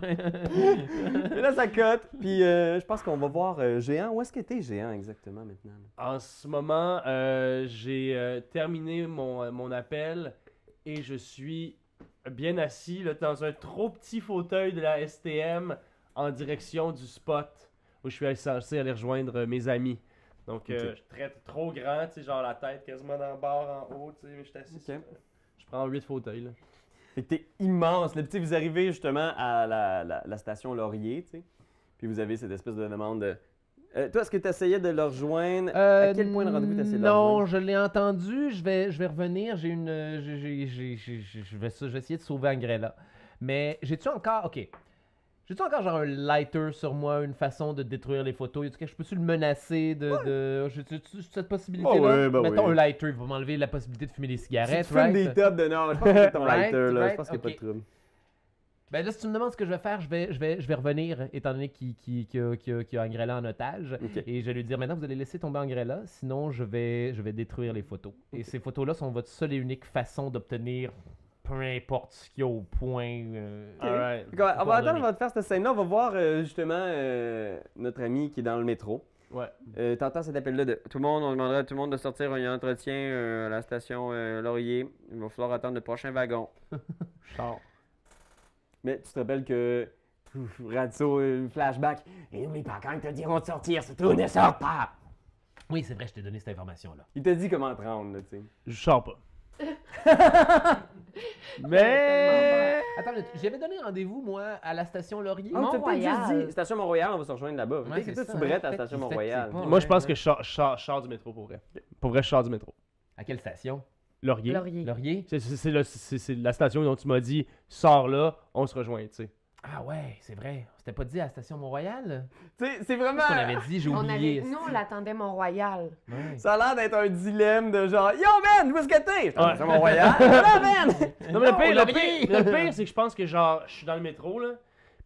A: Mais là, ça cote. Puis euh, je pense qu'on va voir euh, Géant. Où est-ce que t'es, Géant, exactement, maintenant? là?
B: En ce moment, euh, j'ai euh, terminé mon, euh, mon appel et je suis bien assis là, dans un trop petit fauteuil de la STM en direction du spot où je suis censé aller rejoindre euh, mes amis. Donc, euh,
A: Ok.
B: je traite trop grand, tu sais, genre la tête quasiment dans le bord en haut, tu sais, mais je suis assis.
A: Ok.
B: sur- Je prends huit fauteuils. Là.
A: Fait que t'es immense. Là, Puis, tu sais, vous arrivez justement à la, la- la station Laurier, tu sais. Puis vous avez cette espèce de demande de. Euh, toi, est-ce que tu essayais de leur rejoindre?
C: Euh,
A: à quel point de rendez-vous t'essayais de leur
C: Non,
A: rejoindre?
C: je l'ai entendu. Je vais, je vais revenir. J'ai une, euh, j'ai- j'ai- j'ai- j'ai- j'ai- je vais, je vais essayer de sauver Angrella. Mais j'ai-tu encore, ok. J'ai-tu encore genre un lighter sur moi, une façon de détruire les photos? Y'a-tu quelque- Je peux-tu le menacer de, de- j'ai-tu- j'ai-tu cette possibilité-là?
A: ouais, bah
C: Mettons
A: oui.
C: un lighter, il va m'enlever la possibilité de fumer des cigarettes,
A: Si tu
C: right?
A: fumes des tops de non, je pense que c'est ton
C: Right,
A: lighter, là.
C: right,
A: je pense qu'il n'y a
C: ok.
A: pas de trouble.
C: Ben là, si tu me demandes ce que je vais faire, je vais, je vais, je vais revenir, étant donné qu'il qu'il- qu'il y a- qu'il y a- qu'il y a Angrella en otage.
A: Ok.
C: Et je vais lui dire maintenant, vous allez laisser tomber Angrella, sinon je vais, je vais détruire les photos. Et ces photos-là sont votre seule et unique façon d'obtenir peu importe ce qu'il y a au point. euh,
B: Alright.
A: Fait qu'on va- on va
C: Coordonnées.
A: attendre avant de faire cette scène-là. On va voir euh, justement euh, notre ami qui est dans le métro.
B: Ouais.
A: Euh, T'entends cet appel-là de tout le monde, on demanderait à tout le monde de sortir, il y a un entretien euh, à la station euh, Laurier. Il va falloir attendre le prochain wagon.
B: Je sors.
A: Mais tu te rappelles que. Ouf, Radio, euh, flashback. Et n'oublie pas, quand ils te diront de sortir, surtout ne sors pas!
C: Oui, c'est vrai, je t'ai donné cette information-là.
A: Il t'a dit comment te rendre, là, tu sais.
F: Je sors pas.
D: Mais-
C: Attends, une minute, j'avais donné rendez-vous, moi, à la station Laurier.
A: Ah, t'as peut-être
D: Mont-Royal.
A: juste dit, Station Mont-Royal, on va se rejoindre là-bas.
C: Ouais,
A: Peut-être que
C: c'est
A: toi, tu
C: ça,
A: brettes
C: hein.
A: à la
C: Peut-être
A: Station
C: qu'il- peut-être
A: Mont-Royal.
C: qu'il est pas.
B: Moi, je pense
C: ouais.
B: que je sors, je sors- je sors du métro pour vrai. Pour vrai, je sors du métro.
C: À quelle station
B: Laurier.
D: Laurier.
C: Laurier
B: C'est- C'est c'est le- c'est- c'est la station dont tu m'as dit, sors là, on se rejoint, tu sais.
C: Ah ouais, c'est vrai. On s'était pas dit à la station Mont-Royal
A: Tu sais, c'est vraiment.
C: Qu'est-ce qu'on avait dit J'ai
D: On avait...
C: oublié.
D: Nous, on l'attendait Mont-Royal.
C: Ouais.
A: Ça a l'air d'être un dilemme de genre Yo man, où est-ce que t'es?
B: Ouais.
A: Station Mont-Royal. Là, man!
B: Non, mais le
C: Non,
B: pire, le
C: Oh, Laurier!
B: pire, le pire, c'est que je pense que genre, je suis dans le métro, là.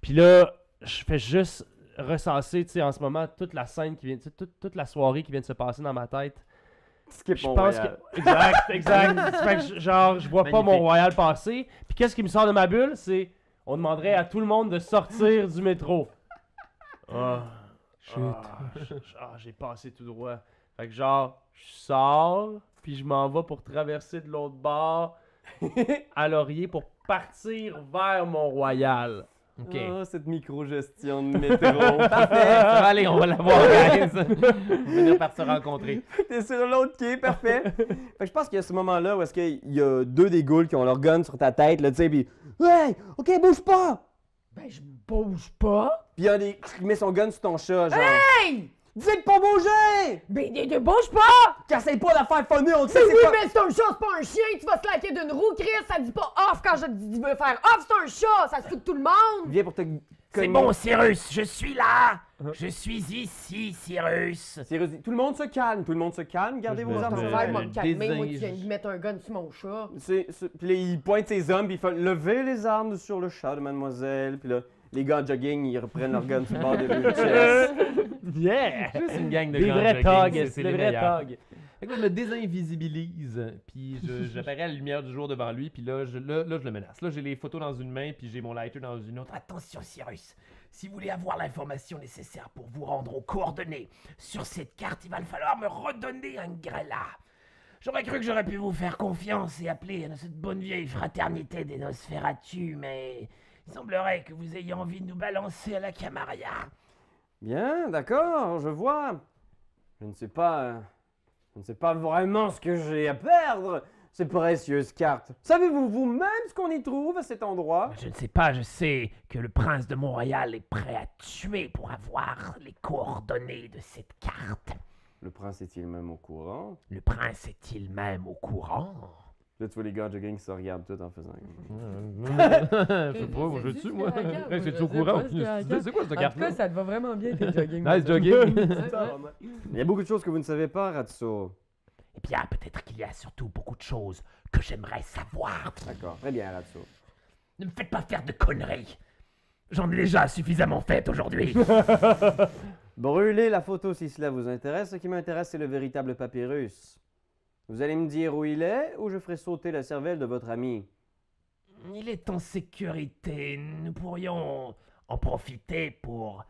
B: Puis là, je fais juste recenser, tu sais, en ce moment, toute la scène qui vient, tu sais, toute, toute la soirée qui vient de se passer dans ma tête.
A: Skip
B: Je pense que. Exact, exact. fait que je- genre, je vois pas
C: Magnifique.
B: mon royal passer. Puis qu'est-ce qui me sort de ma bulle, c'est. On demanderait à tout le monde de sortir du métro. Ah.
C: Chut.
B: Ah, je- je- ah, j'ai passé tout droit. Fait que genre, je sors, puis je m'en vais pour traverser de l'autre bord à Laurier pour partir vers Mont-Royal.
C: Ok.
A: Oh, cette micro-gestion de métro.
C: Parfait,
A: parfait.
C: ça va aller, on va la voir, guys. on va venir par se rencontrer.
A: T'es sur l'autre quai, parfait. fait que je pense qu'il y a ce moment-là où est-ce qu'il y a deux des ghouls qui ont leur gun sur ta tête, là, tu sais, puis Ouais, ok, bouge pas!
D: Ben, je bouge pas.
A: Puis un des. Il met son gun sur ton chat, genre.
D: Hey!
A: Dis de pas bouger!
D: Ben, ne ne bouge pas!
A: Qu'essaye pas de faire funner, on le sait,
D: Ben oui,
A: c'est pas.
D: mais c'est un chat, c'est pas un chien! Tu vas te laquer d'une roue, Chris! Ça dit pas off quand je te dis de faire off, c'est un chat! Ça se fout de tout le monde!
A: Viens pour te. cogner.
C: Cyrus, je suis là. Je suis ici, Cyrus.
A: Sérieux, dis- tout le monde se calme, tout le monde se calme, gardez
F: Je
A: vos
F: me-
A: armes
F: je
A: sur
F: me-
A: vous.
D: Faire moi
C: le
D: me calmer, moi, tu
C: désing-
D: viens de mettre un gun sur mon chat.
A: C'est, c'est- puis là, il pointe ses hommes, puis il fait lever les armes sur le chat de mademoiselle. Puis là, les gars en jogging, ils reprennent leur gun sur le bord des rues de chess.
B: Yeah!
C: Juste une gang de
B: Des
C: grands
B: vrais
C: jogging,
B: thugs,
C: c'est
B: des
C: les
B: vrais
C: meilleurs.
B: thugs.
C: Fait que là, je me désinvisibilise, puis je- j'apparais à la lumière du jour devant lui, puis là je, là, là, je le menace. Là, j'ai les photos dans une main, puis j'ai mon lighter dans une autre. Attention, Cyrus. Si vous voulez avoir l'information nécessaire pour vous rendre aux coordonnées sur cette carte, il va falloir me redonner un grella. J'aurais cru que j'aurais pu vous faire confiance et appeler à cette bonne vieille fraternité des Nosferatu, mais il semblerait que vous ayez envie de nous balancer à la Camarilla.
A: Bien, d'accord, je vois. Je ne sais pas. euh, Je ne sais pas vraiment ce que j'ai à perdre, ces précieuses cartes. Savez-vous vous-même ce qu'on y trouve à cet endroit
G: Oh, Je ne sais pas, je sais que le prince de Montréal est prêt à tuer pour avoir les coordonnées de cette carte.
A: Le prince est-il même au courant
G: Le prince est-il même au courant
A: Là, tu vois les gars en jogging qui se regardent tout en faisant. comme-
C: Je sais pas, moi je
H: C'est
C: tue,
H: juste
C: moi.
H: la carte,
C: Je suis
H: je
C: au
H: sais
C: courant.
H: pas ce qu'il y a à la carte.
C: C'est quoi cette
H: En tout
C: carte-là?
H: cas, ça te va vraiment bien tes jogging.
C: Nice
H: madame.
C: jogging.
H: Ouais, ouais.
A: Il y a beaucoup de choses que vous ne savez pas, Ratso.
G: Eh bien, peut-être qu'il y a surtout beaucoup de choses que j'aimerais savoir.
A: D'accord, très bien, Ratso.
G: Ne me faites pas faire de conneries. J'en ai déjà suffisamment fait aujourd'hui.
A: Brûlez la photo si cela vous intéresse. Ce qui m'intéresse, c'est le véritable papyrus. Vous allez me dire où il est ou je ferai sauter la cervelle de votre ami.
C: Il est en sécurité. Nous pourrions en profiter pour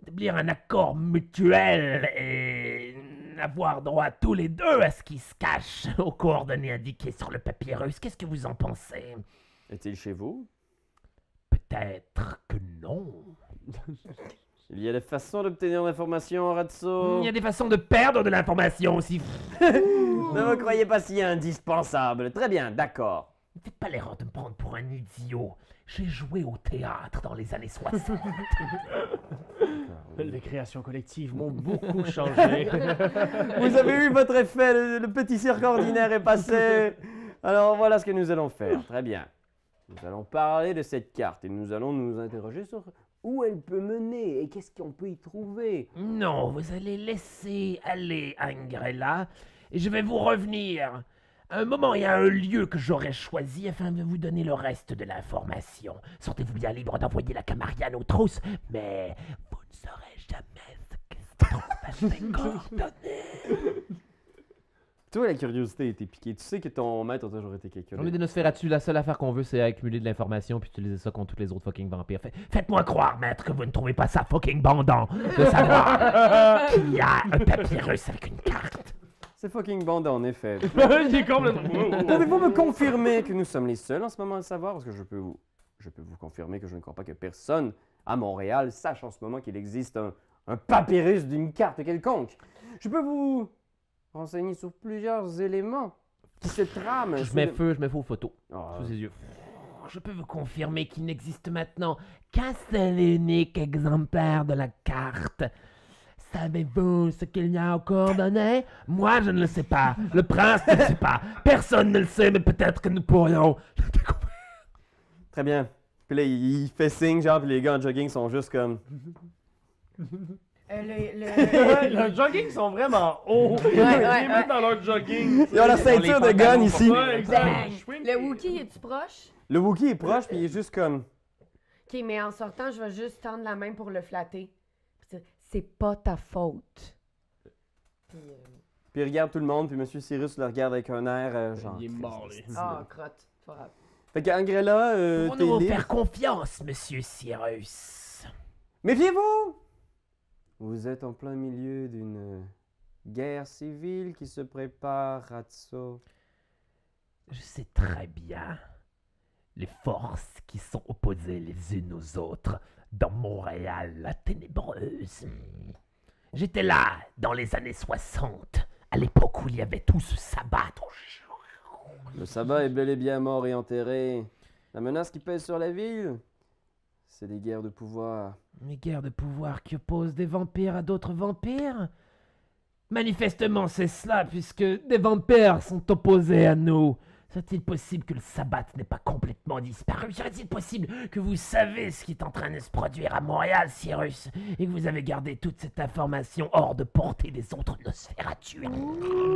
C: établir un accord mutuel et avoir droit tous les deux à ce qui se cache aux coordonnées indiquées sur le papyrus. Qu'est-ce que vous en pensez
A: Est-il chez vous
C: Peut-être que non.
A: Il y a des façons d'obtenir l'information, Ratso.
C: Il y a des façons de perdre de l'information aussi.
A: Ne me croyez pas si indispensable. Très bien, d'accord.
C: Ne faites pas l'erreur de me prendre pour un idiot. J'ai joué au théâtre dans les années 60.
B: Les créations collectives m'ont beaucoup changé.
A: Vous avez eu votre effet, le, le petit cirque ordinaire est passé. Alors voilà ce que nous allons faire. Très bien. Nous allons parler de cette carte et nous allons nous interroger sur où elle peut mener et qu'est-ce qu'on peut y trouver.
C: Non, vous allez laisser aller Angrella et je vais vous revenir. À un moment et à un lieu que j'aurai choisi afin de vous donner le reste de l'information. Sentez-vous bien libre d'envoyer la camariane aux trousses, mais vous ne saurez jamais ce qui se trouve à ces coordonnées.
A: Toi, la curiosité a été piquée. Tu sais que ton maître a toujours été quelqu'un.
I: On est des Nosferatu, la seule affaire qu'on veut, c'est accumuler de l'information puis utiliser ça contre tous les autres fucking vampires. Fait-
C: Faites-moi croire, maître, que vous ne trouvez pas ça fucking bandant de savoir qu'il y a un papyrus avec une carte.
A: C'est fucking bandant, en effet.
B: J'ai complètement.
A: Pouvez-vous me confirmer que nous sommes les seuls en ce moment à le savoir Parce que je peux vous, je peux vous confirmer que je ne crois pas que personne à Montréal sache en ce moment qu'il existe un, un papyrus d'une carte quelconque. Je peux vous renseigner sur plusieurs éléments qui se trament.
I: Je
A: sous
I: mets
A: le-
I: feu, je mets feu aux photos.
A: Ah,
I: Sous ses yeux.
C: Oh, Je peux vous confirmer qu'il n'existe maintenant qu'un seul et unique exemplaire de la carte. Savez-vous ce qu'il y a aux coordonnées Moi, je ne le sais pas. Le prince ne le sait pas. Personne ne le sait, mais peut-être que nous pourrions.
A: Euh,
C: le découvrir.
A: très bien. Puis là, il il fait signe, genre, puis les gars en jogging sont juste comme.
D: Euh, le- le-
B: Ouais, leurs jogging sont vraiment hauts. ils
D: ouais,
B: les
D: ouais.
B: mettent dans leur jogging.
A: Ils ont la ceinture de gun ici.
B: Ouais, exact.
D: Bang.
B: Je suis-
D: le Wookie, es-tu proche?
A: Le Wookie est proche, puis il est juste comme.
D: Ok, mais en sortant, je vais juste tendre la main pour le flatter. Puis dire, C'est pas ta faute. Puis, euh,
A: Puis il regarde tout le monde, puis Monsieur Cyrus le regarde avec un air euh, genre.
B: Il est
A: triste.
B: mort, lui.
D: Ah, crotte. c'est pas grave.
A: Fait qu'Angrella, euh, t'es
C: Pouvons-nous vous
A: libre.
C: faire confiance, monsieur Cyrus
A: Méfiez-vous Vous êtes en plein milieu d'une guerre civile qui se prépare, Ratso.
C: Je sais très bien les forces qui sont opposées les unes aux autres dans Montréal la ténébreuse. J'étais là dans les années 60, à l'époque où il y avait tout ce sabbat.
A: Le sabbat est bel et bien mort et enterré. La menace qui pèse sur la ville, c'est des guerres de pouvoir.
C: Une guerre de pouvoir qui oppose des vampires à d'autres vampires Manifestement, c'est cela, puisque des vampires sont opposés à nous. Serait-il possible que le sabbat n'ait pas complètement disparu Serait-il possible que vous savez ce qui est en train de se produire à Montréal, Cyrus, et que vous avez gardé toute cette information hors de portée des autres Nosferatu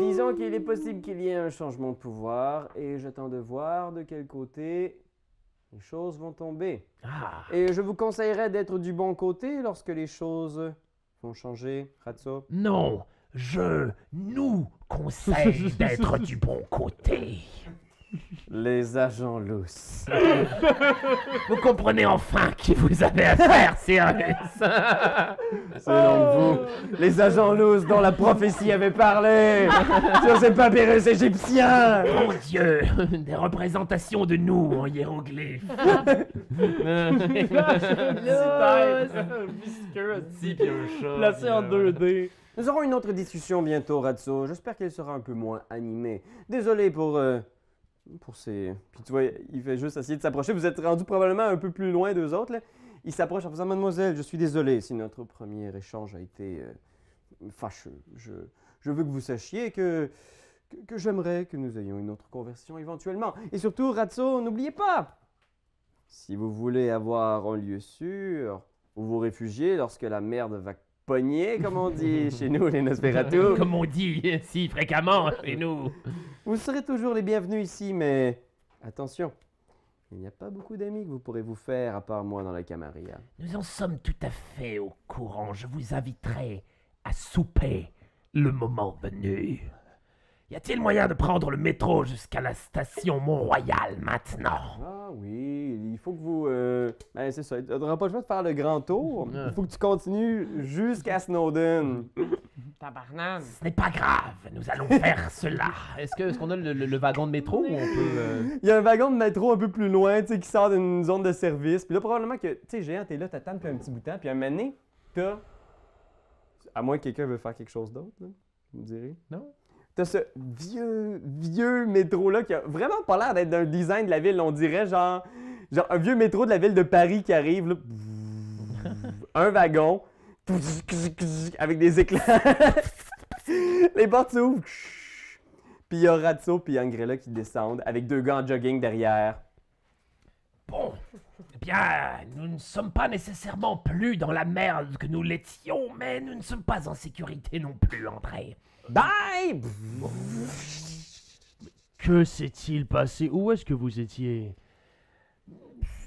A: Disons qu'il est possible qu'il y ait un changement de pouvoir et j'attends de voir de quel côté les choses vont tomber.
C: Ah,
A: Et je vous conseillerais d'être du bon côté lorsque les choses vont changer, Ratso.
C: non, je nous conseille d'être du bon côté.
A: Les agents lousses.
C: Vous comprenez enfin qui vous avez affaire, Cyrus
A: Selon vous, les agents lousses dont la prophétie avait parlé sur ces papyrus égyptiens.
C: Mon Dieu, des représentations de nous en hiéroglyphes.
B: Un visqueux, un petit puis euh, un chat. Placé en 2D.
A: Nous aurons une autre discussion bientôt, Ratso. J'espère qu'elle sera un peu moins animée. Désolé pour... euh, pour ces... Puis tu vois, il fait juste essayer de s'approcher. Vous êtes rendu probablement un peu plus loin d'eux autres. là. Il s'approche en faisant, mademoiselle, je suis désolé si notre premier échange a été euh, fâcheux. Je, je veux que vous sachiez que... que- Que j'aimerais que nous ayons une autre conversion éventuellement. Et surtout, Ratso, n'oubliez pas, si vous voulez avoir un lieu sûr, où vous réfugiez lorsque la merde va pogner, comme on dit chez nous, les Nosferatu.
C: Comme on dit si fréquemment chez nous.
A: Vous serez toujours les bienvenus ici, mais attention, il n'y a pas beaucoup d'amis que vous pourrez vous faire à part moi dans la Camarilla.
C: Nous en sommes tout à fait au courant. Je vous inviterai à souper le moment venu.
J: Y a-t-il moyen de prendre le métro jusqu'à la station Mont-Royal maintenant
A: Ah oui, il faut que vous. euh, ben, c'est ça. Il ne pas le choix de faire le grand tour. Il faut que tu continues jusqu'à Snowden.
D: Tabarnane.
J: Ce n'est pas grave, nous allons faire cela.
C: Est-ce que- est-ce qu'on a le, le- le wagon de métro ou on peut. euh,
A: Il y a un wagon de métro un peu plus loin, tu sais, qui sort d'une zone de service. Puis là, probablement que, tu sais, géant, t'es là, t'attends depuis un petit bout de temps. Puis un moment donné, t'as. À moins que quelqu'un veuille faire quelque chose d'autre, là, vous me direz.
C: Non.
A: T'as ce vieux, vieux métro-là qui a vraiment pas l'air d'être d'un design de la ville. On dirait genre, genre un vieux métro de la ville de Paris qui arrive, là. un wagon, avec des éclats. Les portes s'ouvrent. Puis il y a Ratso puis Angrella qui descendent avec deux gars en jogging derrière.
J: Bon, eh bien, nous ne sommes pas nécessairement plus dans la merde que nous l'étions, mais nous ne sommes pas en sécurité non plus, André.
A: Bye!
B: Que s'est-il passé Où est-ce que vous étiez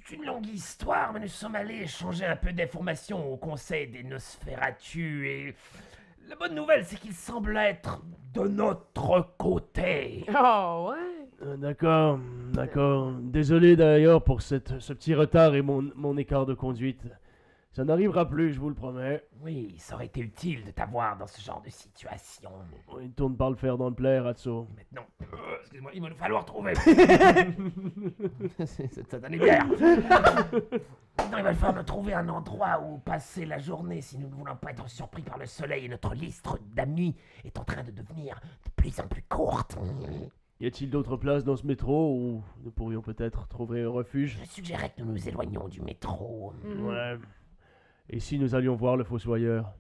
J: C'est une longue histoire, mais nous sommes allés échanger un peu d'informations au conseil des Nosferatu et. La bonne nouvelle, c'est qu'il semble être de notre côté.
D: Oh, ouais.
B: Euh, D'accord, d'accord. Désolé d'ailleurs pour cette, ce petit retard et mon, mon écart de conduite. Ça n'arrivera plus, je vous le promets.
J: Oui, ça aurait été utile de t'avoir dans ce genre de situation.
B: Il tourne par le fer dans le plaire, Ratso.
J: Maintenant, euh, excuse-moi, il va nous falloir trouver. C'est- Cette satanée bière. Maintenant, il va falloir nous trouver un endroit où passer la journée si nous ne voulons pas être surpris par le soleil et notre liste d'amis est en train de devenir de plus en plus courte.
B: Y a-t-il d'autres places dans ce métro où nous pourrions peut-être trouver un refuge
J: Je suggérais que nous nous éloignions du métro.
B: Ouais. Et si nous allions voir le fossoyeur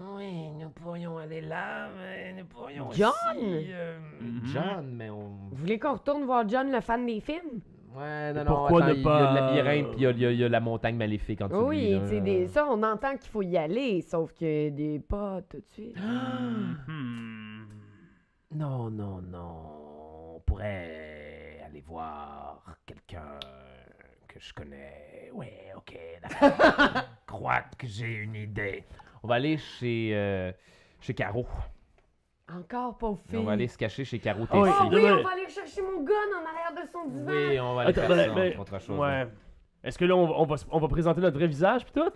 J: Oui, nous pourrions aller là, mais nous pourrions
D: John
J: aussi, euh,
C: John, mais on.
D: Vous voulez qu'on retourne voir John, le fan des films?
C: Ouais, non,
B: Et
C: non,
B: pourquoi
C: attends,
B: ne
C: il y a le
B: pas-
C: labyrinthe, puis il y a- il y, a- il y a la montagne maléfique en dessous. de lui,
D: Oui,
C: là.
D: c'est des... ça, on entend qu'il faut y aller, sauf que des pas tout de suite.
J: Non, non, non. On pourrait aller voir quelqu'un que je connais. Ouais, ok, d'accord. Je crois que j'ai une idée.
C: On va aller chez. euh, Chez Caro.
D: Encore pauvre fille.
C: On va aller se cacher chez Caro
B: Ah oui,
D: Oh
C: TC.
D: oui,
B: Demain.
D: on va aller chercher mon gun en arrière de son divan.
C: Oui, on va aller
B: Attends,
C: faire
B: ben,
C: ça, on
B: ben,
C: fera autre chose.
B: Ouais. Est-ce que là, on, va- on va, se- on va présenter notre vrai visage, puis tout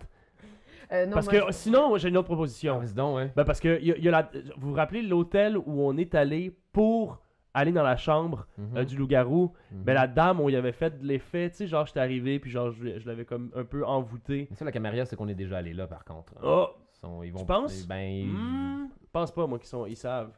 D: Euh, non,
B: Parce
D: moi,
B: que sinon, moi, j'ai une autre proposition.
C: Vas-y donc, hein.
B: Ben parce que y a- y a la- vous vous rappelez l'hôtel où on est allé pour aller dans la chambre
C: Mhm.
B: euh, du loup-garou?
C: Mhm.
B: Ben la dame, on y avait fait de l'effet, tu sais, genre j'étais arrivé puis genre je, je l'avais comme un peu envoûté.
C: Mais ça, la caméra, c'est qu'on est déjà allé là, par contre. hein.
B: Oh!
C: Ils sont- ils vont,
B: Tu penses?
C: Ben, ils-
B: Hmm, pense pas, moi, qu'ils sont, ils savent.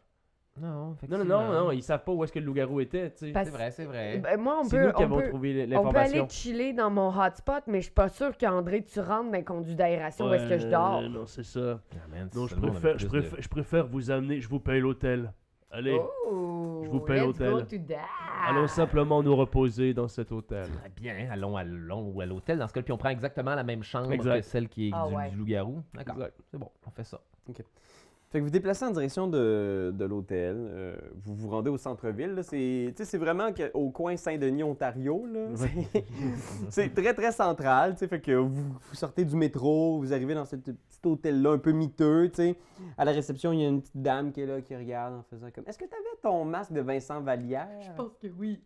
C: Non,
B: Non, non,
C: effectivement.
B: non, Eh non, ils savent pas où est-ce que le loup-garou était, tu sais.
D: Parce-
C: C'est vrai, c'est vrai.
D: Ben, moi, on
B: C'est
D: peut,
B: nous qui
D: on,
B: avons
D: peut,
B: trouvé
D: on peut aller
B: l'information.
D: chiller dans mon hotspot, mais je suis pas sûre qu'André, tu rentres dans le conduit d'aération où est-ce que je
B: Ouais,
D: dors.
B: Non, c'est ça.
C: Ah, man, si
B: Non, je
C: seulement on avait
B: préfère, je,
C: plus de-
B: préfère, je préfère vous amener, je vous paye l'hôtel. Allez,
D: Oh,
B: Je vous paye
D: let's go
B: l'hôtel.
D: to that.
B: allons simplement nous reposer dans cet hôtel.
C: Très bien, allons, allons ou à l'hôtel dans ce cas puis on prend exactement la même chambre
B: Exact.
C: que celle qui est
D: Ah
C: du,
D: ouais.
C: du loup-garou. D'accord,
B: Exact.
C: c'est bon, on fait ça.
A: Fait que vous vous déplacez en direction de, de l'hôtel. euh, vous vous rendez au centre-ville. là. C'est tu sais, c'est vraiment que- au coin Saint-Denis, Ontario. là. C'est- C'est très, très central. tu sais, Fait que vous, vous sortez du métro, vous arrivez dans ce petit hôtel-là un peu miteux. tu sais. À la réception, il y a une petite dame qui est là, qui regarde en faisant comme Est-ce que tu avais ton masque de Vincent Vallière
D: Je pense que oui.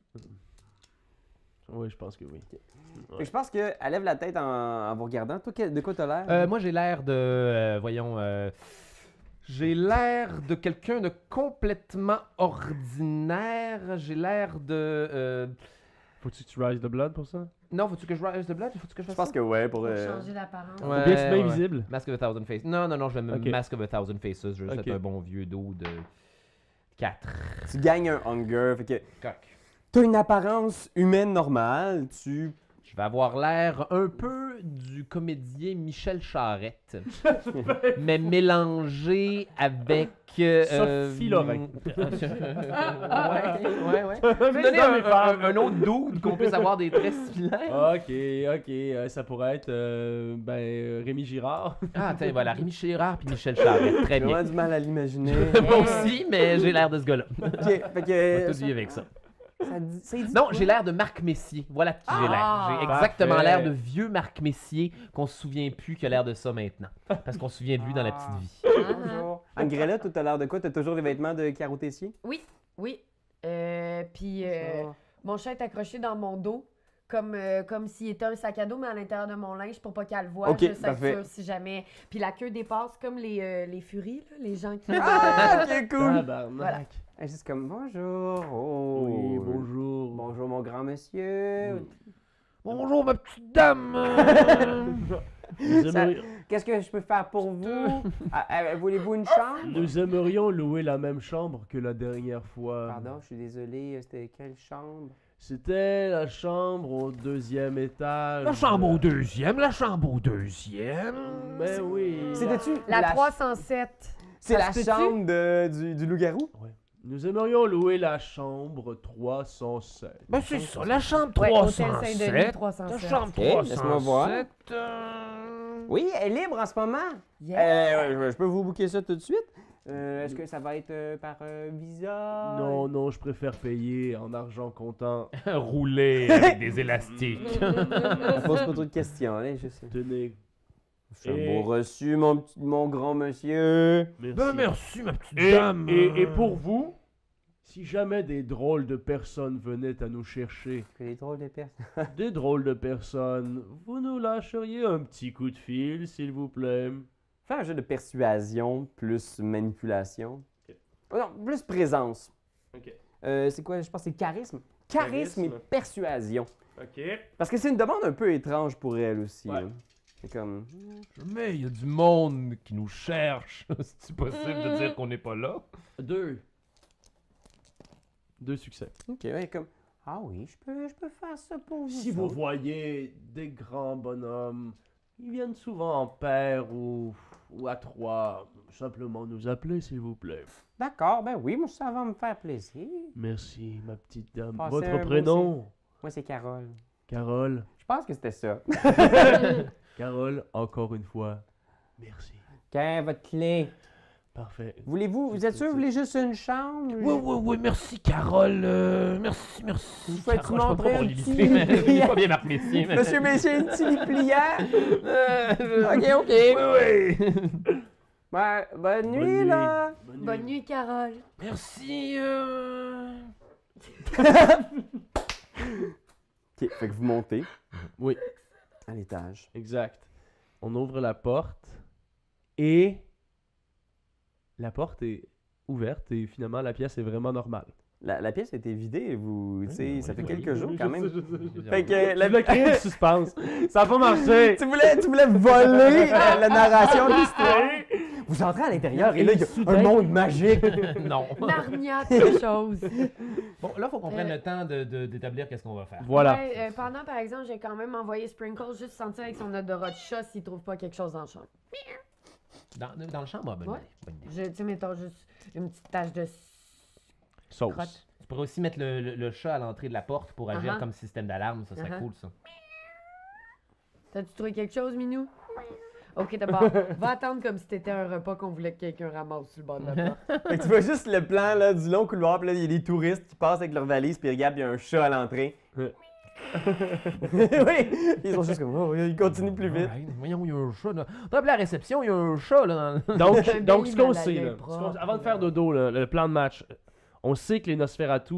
B: Oui, je pense que oui.
A: Fait que je pense qu'elle lève la tête en, en vous regardant. Toi, que- de quoi t'as l'air
D: Ah
C: Euh, moi, j'ai l'air de. euh, voyons. euh, j'ai l'air de quelqu'un de complètement ordinaire. J'ai l'air de. euh,
B: Faut-tu que tu rise the blood pour ça?
C: Non, faut-tu que je rise de blood Faut-tu que je
A: Je
C: fasse
A: pense que ouais, pour.
D: Pour
A: euh,
D: changer l'apparence.
C: ça?
B: Ou
C: Ouais,
B: bien c'est
C: ouais,
B: bien
C: ouais.
B: visible?
C: Mask of a Thousand Faces. Non, non, non, je vais
B: Ok.
C: me Mask of a Thousand Faces. Je vais juste
B: Ok.
C: être un bon vieux dos de 4.
A: Tu gagnes un hunger. Fait que t'as une apparence humaine normale. Tu
C: Je vais avoir l'air un peu du comédien Michel Charette, mais mélangé avec. euh,
B: Sophie Lorrain.
C: Ah ouais, ouais, ouais. Tu peux me donner un, un- un autre doute qu'on puisse avoir des traits similaires.
B: Ok, ok, euh, ça pourrait être euh, ben, euh, Rémi Girard.
C: Ah, tiens, voilà, Rémi Chérard puis Michel Charette. Très
A: as vraiment
C: bien.
A: du mal à l'imaginer.
C: Moi aussi, mais j'ai l'air de ce gars-là.
A: Ok, fait que-
C: On va tous vivre avec ça.
A: Ça dit- ça dit
C: Non,
A: quoi?
C: j'ai l'air de Marc Messier. Voilà de qui j'ai
E: Ah,
C: l'air. J'ai exactement
E: parfait.
C: l'air de vieux Marc Messier qu'on se souvient plus qui a l'air de ça maintenant. Parce qu'on se souvient de lui dans la petite vie.
D: Ah,
A: Bonjour. Angrella, tout à l'heure de quoi? T'as toujours les vêtements de Caro Tessier?
D: Oui. Euh, puis euh, mon chat est accroché dans mon dos, comme, euh, comme s'il était un sac à dos, mais à l'intérieur de mon linge pour pas qu'elle le voie.
A: Ok,
D: je
A: parfait.
D: ceinture si jamais. Puis la queue dépasse comme les, euh, les furies, là, les gens qui.
A: Ah, ok, cool!
B: Tabarnak.
D: Voilà.
A: Elle est juste comme bonjour. Oh.
B: Oui, bonjour.
A: Bonjour, mon grand monsieur.
J: Bonjour, ma petite dame. euh,
B: Nous,
A: Ça-
B: aimerions,
A: Qu'est-ce que je peux faire pour vous? Ah, ah, Voulez-vous une chambre?
B: nous aimerions louer la même chambre que la dernière fois.
A: Pardon, je suis désolé. euh, C'était quelle chambre?
B: C'était la chambre au deuxième étage.
A: Euh,
J: la chambre au deuxième, la chambre au deuxième.
B: Mais oui.
A: C'était-tu?
D: La 307.
A: C'est
D: ça
A: la
D: se peut-tu?
A: chambre de- du, du loup-garou?
B: Nous aimerions louer la chambre 307.
J: Ben c'est ça, la chambre
D: Ouais, Hôtel
J: 307. La
D: Saint-Denis 307.
J: chambre
A: Ok, laisse-moi voir.
J: 307. euh,
A: Oui, elle est libre en ce moment.
D: Yeah.
A: Euh, ouais, je peux vous booker ça tout de suite? Euh, Est-ce que ça va être euh, par euh, Visa? Euh,
B: Non, non, je préfère payer en argent comptant.
C: Rouler avec des élastiques.
A: Elle pose pas trop de questions, allez, je sais.
B: Tenez,
A: C'est
B: Et-
A: un bon reçu, mon, petit- mon grand monsieur.
B: merci.
J: Ben merci, ma petite
B: Et,
J: dame.
B: et- et
J: euh,
B: pour vous, si jamais des drôles de personnes venaient à nous chercher,
A: Que les drôles de personnes.
B: des drôles de personnes, vous nous lâcheriez un petit coup de fil, s'il vous plaît.
A: Fais un jeu de persuasion plus manipulation. Oh non, plus présence.
E: Ok.
A: Euh, c'est quoi? Je pense que c'est charisme. charisme. et
E: Charisme.
A: persuasion.
E: Ok.
A: Parce que c'est une demande un peu étrange pour elle aussi.
E: Ouais.
A: là. C'est comme.
C: Mais il y a du monde qui nous cherche. C'est possible de dire qu'on n'est pas là.
B: Deux. Deux succès.
A: Ok, ouais, comme. Ah oui, je peux, je peux faire ça pour vous.
B: Si vous
A: autres.
B: voyez des grands bonhommes, ils viennent souvent en paire ou, ou à trois, simplement nous appeler, s'il vous plaît.
A: D'accord, ben oui, moi ça va me faire plaisir.
B: Merci, ma petite dame.
A: Passez un
B: Votre
A: beau
B: prénom
A: Moi c'est Carole.
B: Carole.
A: Je pense que c'était ça.
B: Carole, encore une fois, merci.
A: Quelle est votre clé?
B: Parfait.
A: Voulez-vous, vous êtes sûr, vous voulez juste une chambre?
J: Mm. Oui, oui, oui, merci, Carole. euh, merci, merci.
A: Vous faites
J: Carole.
C: Pas
A: montrer
C: pour
A: un
C: l'imiter,
A: petit
C: mais il est
A: pliant.
C: pas bien Marc Messier. mais-
A: Monsieur Messier, une petite pliant. Euh, ok, ok. Ben, bonne nuit,
B: nuit.
A: là.
D: hein? Bonne nuit, Carole.
J: Merci. euh,
A: Ok, fait que vous montez.
B: Oui.
A: À l'étage.
B: Exact. On ouvre la porte et la porte est ouverte et finalement la pièce est vraiment normale.
A: La, la pièce a été vidée, vous, tu sais,
C: oui,
A: ça fait
C: oui.
A: quelques jours quand même. Fait que
B: La
A: la-
B: le créer le suspense. Ça a pas marché.
A: tu, voulais, tu voulais voler euh, la, la narration de l'histoire. Vous entrez à l'intérieur et là, il y a un monde magique.
C: Non.
D: Narnia, quelque chose.
C: Bon, là, faut qu'on prenne
D: Euh.
C: le temps de- de- d'établir qu'est-ce qu'on va faire.
B: Voilà.
D: Ouais, euh, pendant, par exemple, j'ai quand même envoyé Sprinkle juste sentir avec son odorat de chat s'il trouve pas quelque chose dans le champ.
C: Dans, dans le chambre, ah, bonne
D: Ouais.
C: idée, bonne idée.
D: Je, tu sais, mettons juste une petite tache de.
B: Sauce.
D: crotte.
C: Tu pourrais aussi mettre le, le- le chat à l'entrée de la porte pour agir
D: Uh-huh.
C: comme système d'alarme. Ça serait
D: Uh-huh.
C: cool, ça.
D: T'as-tu trouvé quelque chose, Minou? Ok, d'abord, va attendre comme si t'étais un repas qu'on voulait que quelqu'un ramasse sur le bord de la
B: Mhm.
D: porte.
A: Fait que tu vois juste le plan là, du long couloir, puis là, il y a des touristes qui passent avec leurs valises, puis regarde, il y a un chat à l'entrée.
B: Ouais.
A: oui! Ils sont juste comme, oh, ils continuent plus vite.
C: Alright. Voyons, il y a un chat, là. Tape la réception, il y a un chat, là. dans-
B: Donc,
D: Un
B: donc
D: bébé
B: ce qu'on
D: malade
B: sait, là, ce
D: propre.
B: qu'on- avant de faire dodo, là, le plan de match, on sait que les Nosferatu,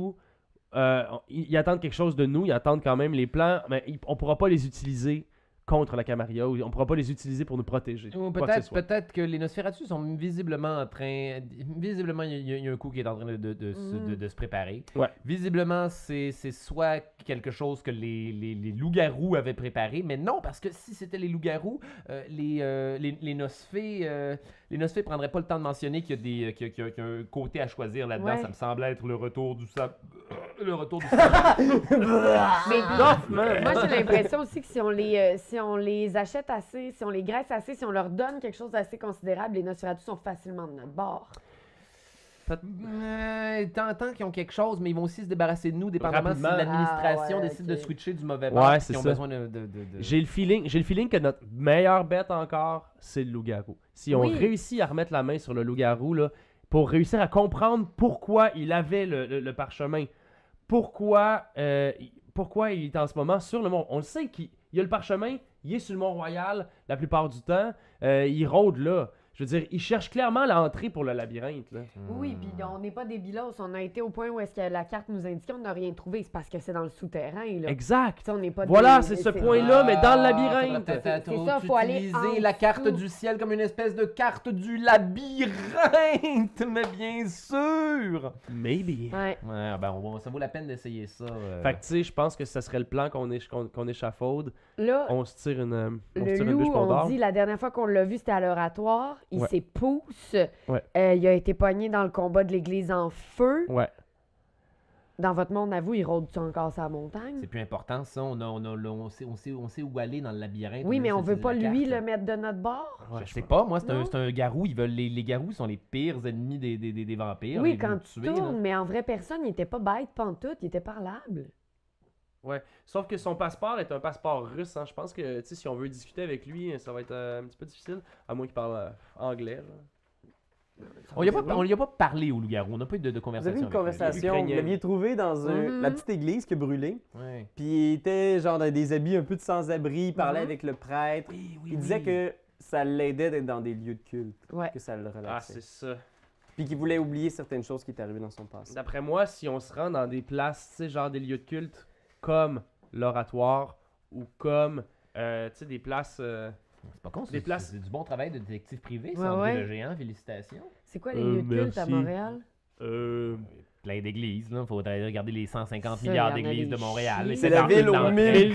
B: euh, on- ils ils attendent quelque chose de nous, ils attendent quand même les plans, mais ils- on pourra pas les utiliser contre la Camaria, ou on pourra pas les utiliser pour nous protéger.
C: Ou
B: quoi que ce
C: peut-être
B: soit.
C: peut-être que les Nosferatu sont visiblement en train. Visiblement, il y a- il y, a- il y a un coup qui est en train de, de- de se,
D: Mhm.
C: de- de se préparer.
B: Ouais.
C: Visiblement, c'est c'est soit quelque chose que les, les- les loups-garous avaient préparé, mais non, parce que si c'était les loups-garous, euh, les, euh, les, les Nosfées, euh, les Nosfées prendraient pas le temps de mentionner qu'il y, a des- euh, qu'il y a- qu'il y a- qu'il y a un côté à choisir là-dedans.
D: Ouais.
C: Ça me semble être le retour du sable. Le retour du
D: Mais
B: man.
D: moi, j'ai l'impression aussi que si on, les, euh, si on les achète assez, si on les graisse assez, si on leur donne quelque chose d'assez considérable, les Nosferatu sont facilement de notre bord.
C: Fait- Euh, tant, tant qu'ils ont quelque chose, mais ils vont aussi se débarrasser de nous, dépendamment si
B: Rapidement.
C: l'administration
D: Ah ouais,
C: décide de
D: ok.
C: switcher du mauvais
B: Ouais,
C: bord.
B: c'est
C: ils ont
B: ça.
C: besoin de. de- de- de-
B: J'ai le feeling, j'ai le feeling que notre meilleure bête encore, c'est le loup-garou. Si on
D: Oui.
B: réussit à remettre la main sur le loup-garou là, pour réussir à comprendre pourquoi il avait le, le- le parchemin, pourquoi, euh, il- pourquoi il est en ce moment sur le mont. On le sait qu'il il a le parchemin, il est sur le Mont-Royal la plupart du temps, euh, il rôde là. Je veux dire, il cherche clairement l'entrée pour le labyrinthe. Là.
C: Hmm.
D: Oui, puis
B: Hmm.
D: on n'est pas des bilos. On a été au point où est-ce que la carte nous indiquait qu'on n'a rien trouvé. C'est parce que c'est dans le souterrain. Là. Tu
B: Exact.
D: sais, on n'est pas
B: Voilà,
D: des-
B: c'est ce
D: des-
B: point- là, mais dans le labyrinthe.
C: labyrinthe.
D: Ah, C'est ça, faut aller en
C: la carte
D: dessous.
C: du ciel comme une espèce de carte du labyrinthe, mais bien sûr.
B: Maybe.
D: Ouais.
C: Ouais, ben on- ça vaut la peine d'essayer ça. euh.
B: Euh, Fait que tu sais, je pense que ça serait le plan qu'on éche- qu'on- qu'on échafaude.
D: Là,
B: On se tire une, euh, on se
D: le
B: tire une bûche
D: loup,
B: pour
D: on
B: d'or.
D: dit, la dernière fois qu'on l'a vu, c'était à l'oratoire. Il
B: Ouais.
D: s'épousse.
B: Ouais.
D: Euh, il a été pogné dans le combat de l'église en feu.
B: Ouais.
D: Dans votre monde, à vous, il rôde-tu encore sa montagne?
C: C'est plus important ça, on, a- on, a- on sait, on, sait, on sait où aller dans le labyrinthe.
D: Oui, mais
C: juste
D: on veut
C: utiliser
D: pas
C: la
D: lui
C: carte.
D: le mettre de notre bord.
C: Ouais, je sais pas, moi, c'est un,
D: Non.
C: c'est un garou. Ils veulent les, les garous sont les pires ennemis des, des, des, des vampires. ils
D: oui,
C: veulent
D: quand
C: nous
D: tu
C: tuer, là.
D: tournes, mais en vraie personne, il était pas bête pantoute, il était parlable.
B: Sauf que son passeport est un passeport russe. hein. Je pense que tu sais, si on veut discuter avec lui, ça va être euh, un petit peu difficile. À moins qu'il parle euh, anglais. genre.
C: On lui a, pas- on lui a pas parlé au loup-garou, on n'a pas eu de, de
A: Vous
C: conversation.
A: avez eu une
C: avec lui.
A: conversation, Mm-hmm. vous
B: Ukrainien.
A: l'aviez trouvé dans un-
D: Mhm.
A: la petite église qui a brûlé.
C: Ouais.
A: Puis il était genre dans des habits un peu de sans-abri, il parlait avec le prêtre. il disait que ça l'aidait d'être dans des lieux de culte,
D: Ouais.
A: que ça le
B: Ah,
A: relaxait.
B: c'est ça.
A: Puis qu'il voulait oublier certaines choses qui étaient arrivées dans son passé.
B: D'après moi, si on se rend dans des places, tu sais, genre des lieux de culte, comme l'oratoire ou comme, euh, tu sais, des places. euh,
C: C'est pas con,
B: Des
C: c'est
B: places-
C: c'est du bon travail de détective privé,
D: Ouais,
C: ça, André
D: ouais.
C: le géant, félicitations.
D: C'est quoi les
B: Euh,
D: lieux de culte à
B: merci.
D: Montréal?
B: euh,
C: Plein d'églises, là, faut aller regarder les 150
D: Ça, y
C: milliards
D: en a
C: d'églises
D: des
C: de Montréal.
D: chiens.
A: C'est la ville aux mille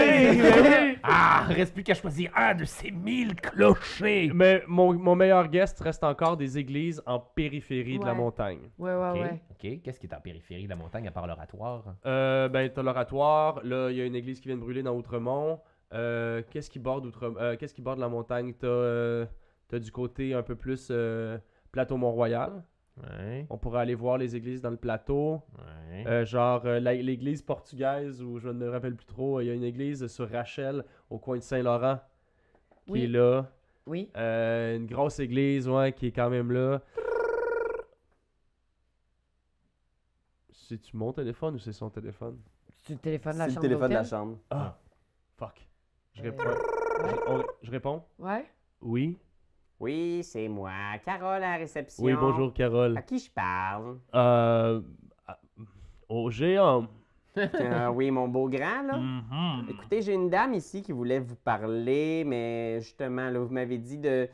A: clochers!
C: Ah, reste plus qu'à choisir un de ces mille clochers.
B: Mais mon, mon meilleur guest reste encore des églises en périphérie de la
D: Ouais.
B: montagne.
D: Ouais, ouais,
C: Ok,
D: Ah, ouais.
C: ok. qu'est-ce qui est en périphérie de la montagne à part l'oratoire?
B: Euh, ben, t'as l'oratoire, là, il y a une église qui vient de brûler dans Outremont. Euh, qu'est-ce qui borde Outre... euh, qu'est-ce qui borde la montagne T'as euh, t'as du côté un peu plus euh, plateau Mont-Royal.
C: Ouais,
B: On pourrait aller voir les églises dans le plateau.
C: ouais.
B: Euh, genre euh, la- l'église portugaise, ou je ne me rappelle plus trop, euh, il y a une église sur Rachel, au coin de Saint-Laurent, qui
D: Oui.
B: est là.
D: Oui.
B: Euh, une grosse église, ouais, qui est quand même là. C'est-tu mon téléphone ou c'est son téléphone?
D: C'est le téléphone de la
A: C'est le
D: chambre.
A: téléphone de la
D: d'hôtel?
A: chambre.
B: Ah! Fuck. Je
D: Euh,
B: réponds. Je, on- je réponds?
D: Ouais.
B: Oui.
A: Oui, c'est moi, Carole à la réception.
B: Oui, bonjour, Carole.
A: À qui je parle?
B: Euh. à- Au géant.
A: Ah oui, mon beau grand, là.
B: Mm-hmm.
A: Écoutez, j'ai une dame ici qui voulait vous parler, mais justement, là, vous m'avez dit de.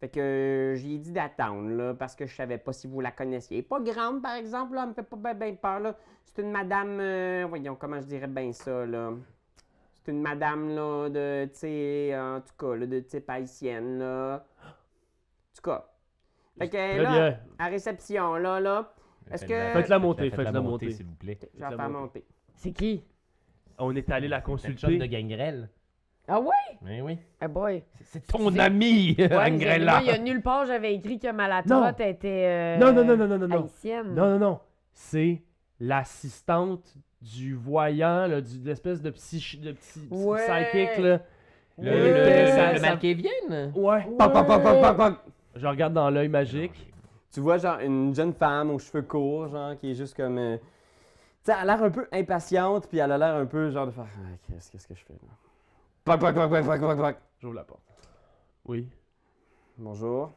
A: Fait que euh, j'y ai dit d'attendre, là, parce que je savais pas si vous la connaissiez. Elle est Pas grande, par exemple, là, elle me fait pas bien peur, là. C'est une madame, euh, voyons, comment je dirais bien ça, là. C'est une madame, là, de, tu sais, en tout cas, là, de type haïtienne, là. En tout cas. Fait que,
B: Très
A: là,
B: bien.
A: à réception, là, là, est-ce que...
B: Faites-la monter,
C: Faites-la
B: faites-la
C: monter,
B: monter.
C: s'il vous plaît.
A: Je vais la faire monter.
D: C'est qui?
B: On est allé la
C: C'est le chum de
B: consulter.
C: gangrel.
D: Ah ouais?
C: Oui, oui.
D: Eh boy.
C: C'est ton ami,
D: Ouais, mais j'ai- moi,
C: Gangrella.
D: il y a nulle part, j'avais écrit que Malatrotte était euh,
B: Non, non, non, non, non, non, non.
D: haïtienne.
B: Non, non, non. C'est l'assistante du voyant, là, du, de l'espèce de, psych, de petit, petit
D: Ouais.
B: psychic. Là.
C: Le,
B: Ouais.
C: le,
B: Ça-
C: le,
B: ça-
C: Malkavian?
B: Ouais.
A: Pam, pam, pam, pam, pam, pam.
B: Je regarde dans l'œil magique.
A: Tu vois, genre, une jeune femme aux cheveux courts, genre, qui est juste comme. euh, Tu sais, elle a l'air un peu impatiente, puis elle a l'air un peu, genre, de faire. Ah, qu'est-ce, qu'est-ce que je fais là? Poc, poc, poc, poc, poc, poc, poc.
B: J'ouvre la porte. Oui.
A: Bonjour.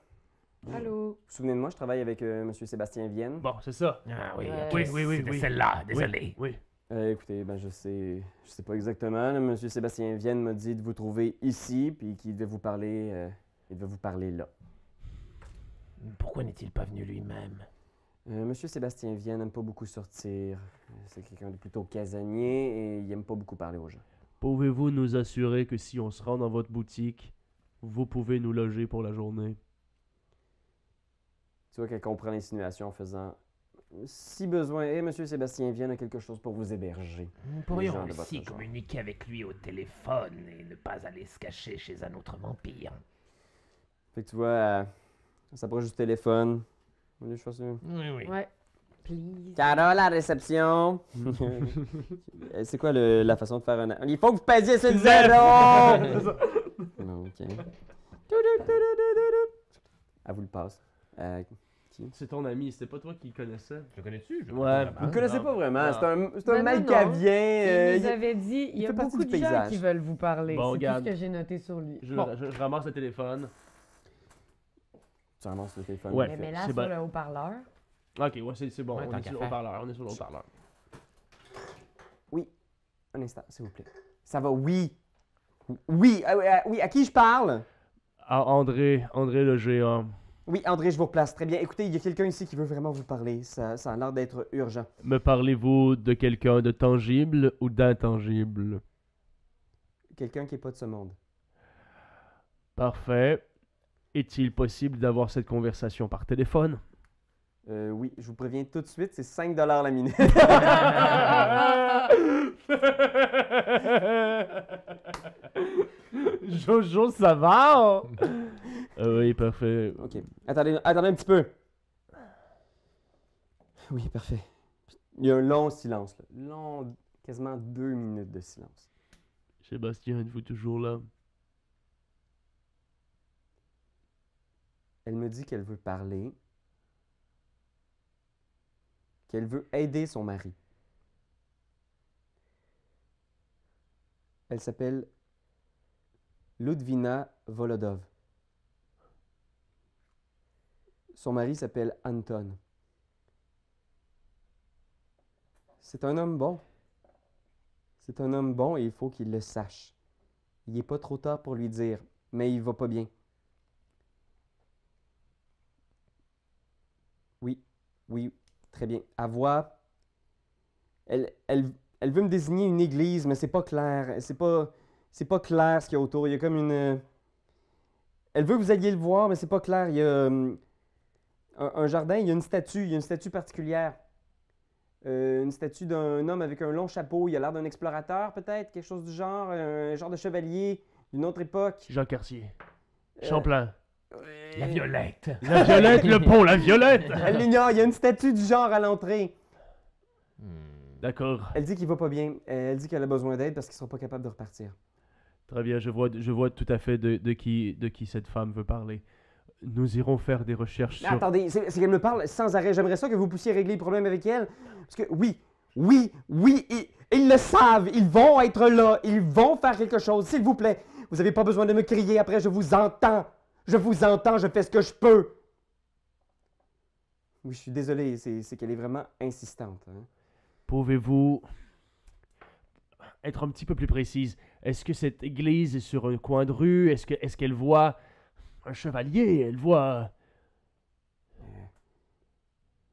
A: Vous
D: Allô?
A: vous souvenez de moi, je travaille avec euh, Monsieur Sébastien Vienne.
B: Bon, c'est ça.
C: Ah oui,
D: Ouais.
C: ok,
B: Oui, oui, oui,
C: c'était
B: oui.
C: celle-là,
B: Oui,
C: désolé.
B: Oui.
A: Euh, écoutez, ben, je sais. Je sais pas exactement. là. Monsieur Sébastien Vienne m'a dit de vous trouver ici, puis qu'il devait vous parler. euh, il devait vous parler là.
J: Pourquoi n'est-il pas venu lui-même
A: Euh, Monsieur Sébastien Vienne n'aime pas beaucoup sortir. Euh, C'est quelqu'un de plutôt casanier et il aime pas beaucoup parler aux gens.
B: Pouvez-vous nous assurer que si on se rend dans votre boutique, vous pouvez nous loger pour la journée?
A: Tu vois qu'elle comprend l'insinuation en faisant Si besoin est, Monsieur Sébastien Vienne a quelque chose pour vous héberger.
J: Nous
A: gens
J: pourrions
A: de votre
J: aussi
A: genre.
J: communiquer avec lui au téléphone et ne pas aller se cacher chez un autre vampire.
A: Fait que tu vois, elle, elle s'approche du téléphone. Au lieu que je fasse une-
J: Oui, oui.
D: Ouais. Please.
A: Carole à la réception. Euh, C'est quoi le- la façon de faire un. Il faut que vous payez sur le zéro! non, ok. Toutou, toutou, toutou, toutou. Elle vous le passe. Euh, qui- aussi.
E: C'est ton ami, c'était pas toi qui le connaissais.
C: Je le connais-tu? Je le
E: Ouais.
C: connais
A: Vous
C: vraiment.
A: ne connaissez pas vraiment.
E: Non.
A: C'est un, c'est
K: Ben non,
A: un Malkavien. euh,
K: il nous
A: il-
K: avait dit, il y
A: fait
K: a
A: partie
K: beaucoup
A: du
K: de gens
A: paysage.
K: qui veulent vous parler.
E: Bon,
K: c'est tout
E: regarde.
K: ce que j'ai noté sur lui.
E: Je,
K: Bon.
E: je- je ramasse le téléphone.
A: Tu ramasses le téléphone.
E: Ouais.
A: en
K: Mais,
A: fait.
K: mais là,
E: c'est
K: sur
E: bon.
K: le haut-parleur,
E: Ok, ouais, c'est c'est bon.
C: Ouais,
E: on,
C: tant
E: est
C: qu'à
E: sur le
C: faire.
E: haut-parleur, on est sur le haut-parleur.
A: Un instant, s'il vous plaît. Ça va, oui. Oui, ah oui, ah oui, à qui je parle?
B: Ah, André, André le géant.
A: Oui, André, je vous replace. Très bien. Écoutez, il y a quelqu'un ici qui veut vraiment vous parler. Ça, ça a l'air d'être urgent.
B: Me parlez-vous de quelqu'un de tangible ou d'intangible
A: Quelqu'un qui n'est pas de ce monde.
B: Parfait. Est-il possible d'avoir cette conversation par téléphone
A: Euh, oui, je vous préviens tout de suite, c'est 5 la minute.
B: Jojo, ça va hein Euh, Oui, parfait.
A: OK. Attendez, attendez un petit peu. Oui, parfait. Il y a un long silence, là. Long, quasiment deux minutes de silence.
B: Sébastien, êtes-vous toujours là
A: Elle me dit qu'elle veut parler, qu'elle veut aider son mari. Elle s'appelle Ludvina Volodov. Son mari s'appelle Anton. C'est un homme bon. C'est un homme bon et il faut qu'il le sache. Il n'est pas trop tard pour lui dire, mais il va pas bien. Oui, oui, très bien. À voix. Elle, elle, elle veut me désigner une église, mais c'est pas clair. C'est pas, c'est pas clair ce qu'il y a autour. Il y a comme une. euh, Elle veut que vous alliez le voir, mais c'est pas clair. Il y a euh, un, un jardin, il y a une statue, il y a une statue particulière. Euh, une statue d'un homme avec un long chapeau. Il a l'air d'un explorateur, peut-être, quelque chose du genre, un genre de chevalier d'une autre époque.
B: Jean Cartier.
A: Euh,
B: Champlain.
C: La violette.
B: La violette, le pont, la violette
A: Elle l'ignore, il y a une statue du genre à l'entrée.
C: Hmm.
B: D'accord.
A: Elle dit qu'il va pas bien. Euh, Elle dit qu'elle a besoin d'aide parce qu'ils sera pas capable de repartir.
B: Très bien, je vois, je vois tout à fait de, de qui, de qui cette femme veut parler. Nous irons faire des recherches
A: Mais
B: sur...
A: attendez, c'est c'est qu'elle me parle sans arrêt. J'aimerais ça que vous puissiez régler le problème avec elle. Parce que oui, oui, oui, i- ils, le savent. Ils vont être là. Ils vont faire quelque chose. S'il vous plaît, vous n'avez pas besoin de me crier après. Je vous entends. Je vous entends. Je fais ce que je peux. Oui, je suis désolé. C'est c'est qu'elle est vraiment insistante. hein.
B: Pouvez-vous être un petit peu plus précise Est-ce que cette église est sur un coin de rue Est-ce que- est-ce qu'elle voit un chevalier Elle voit...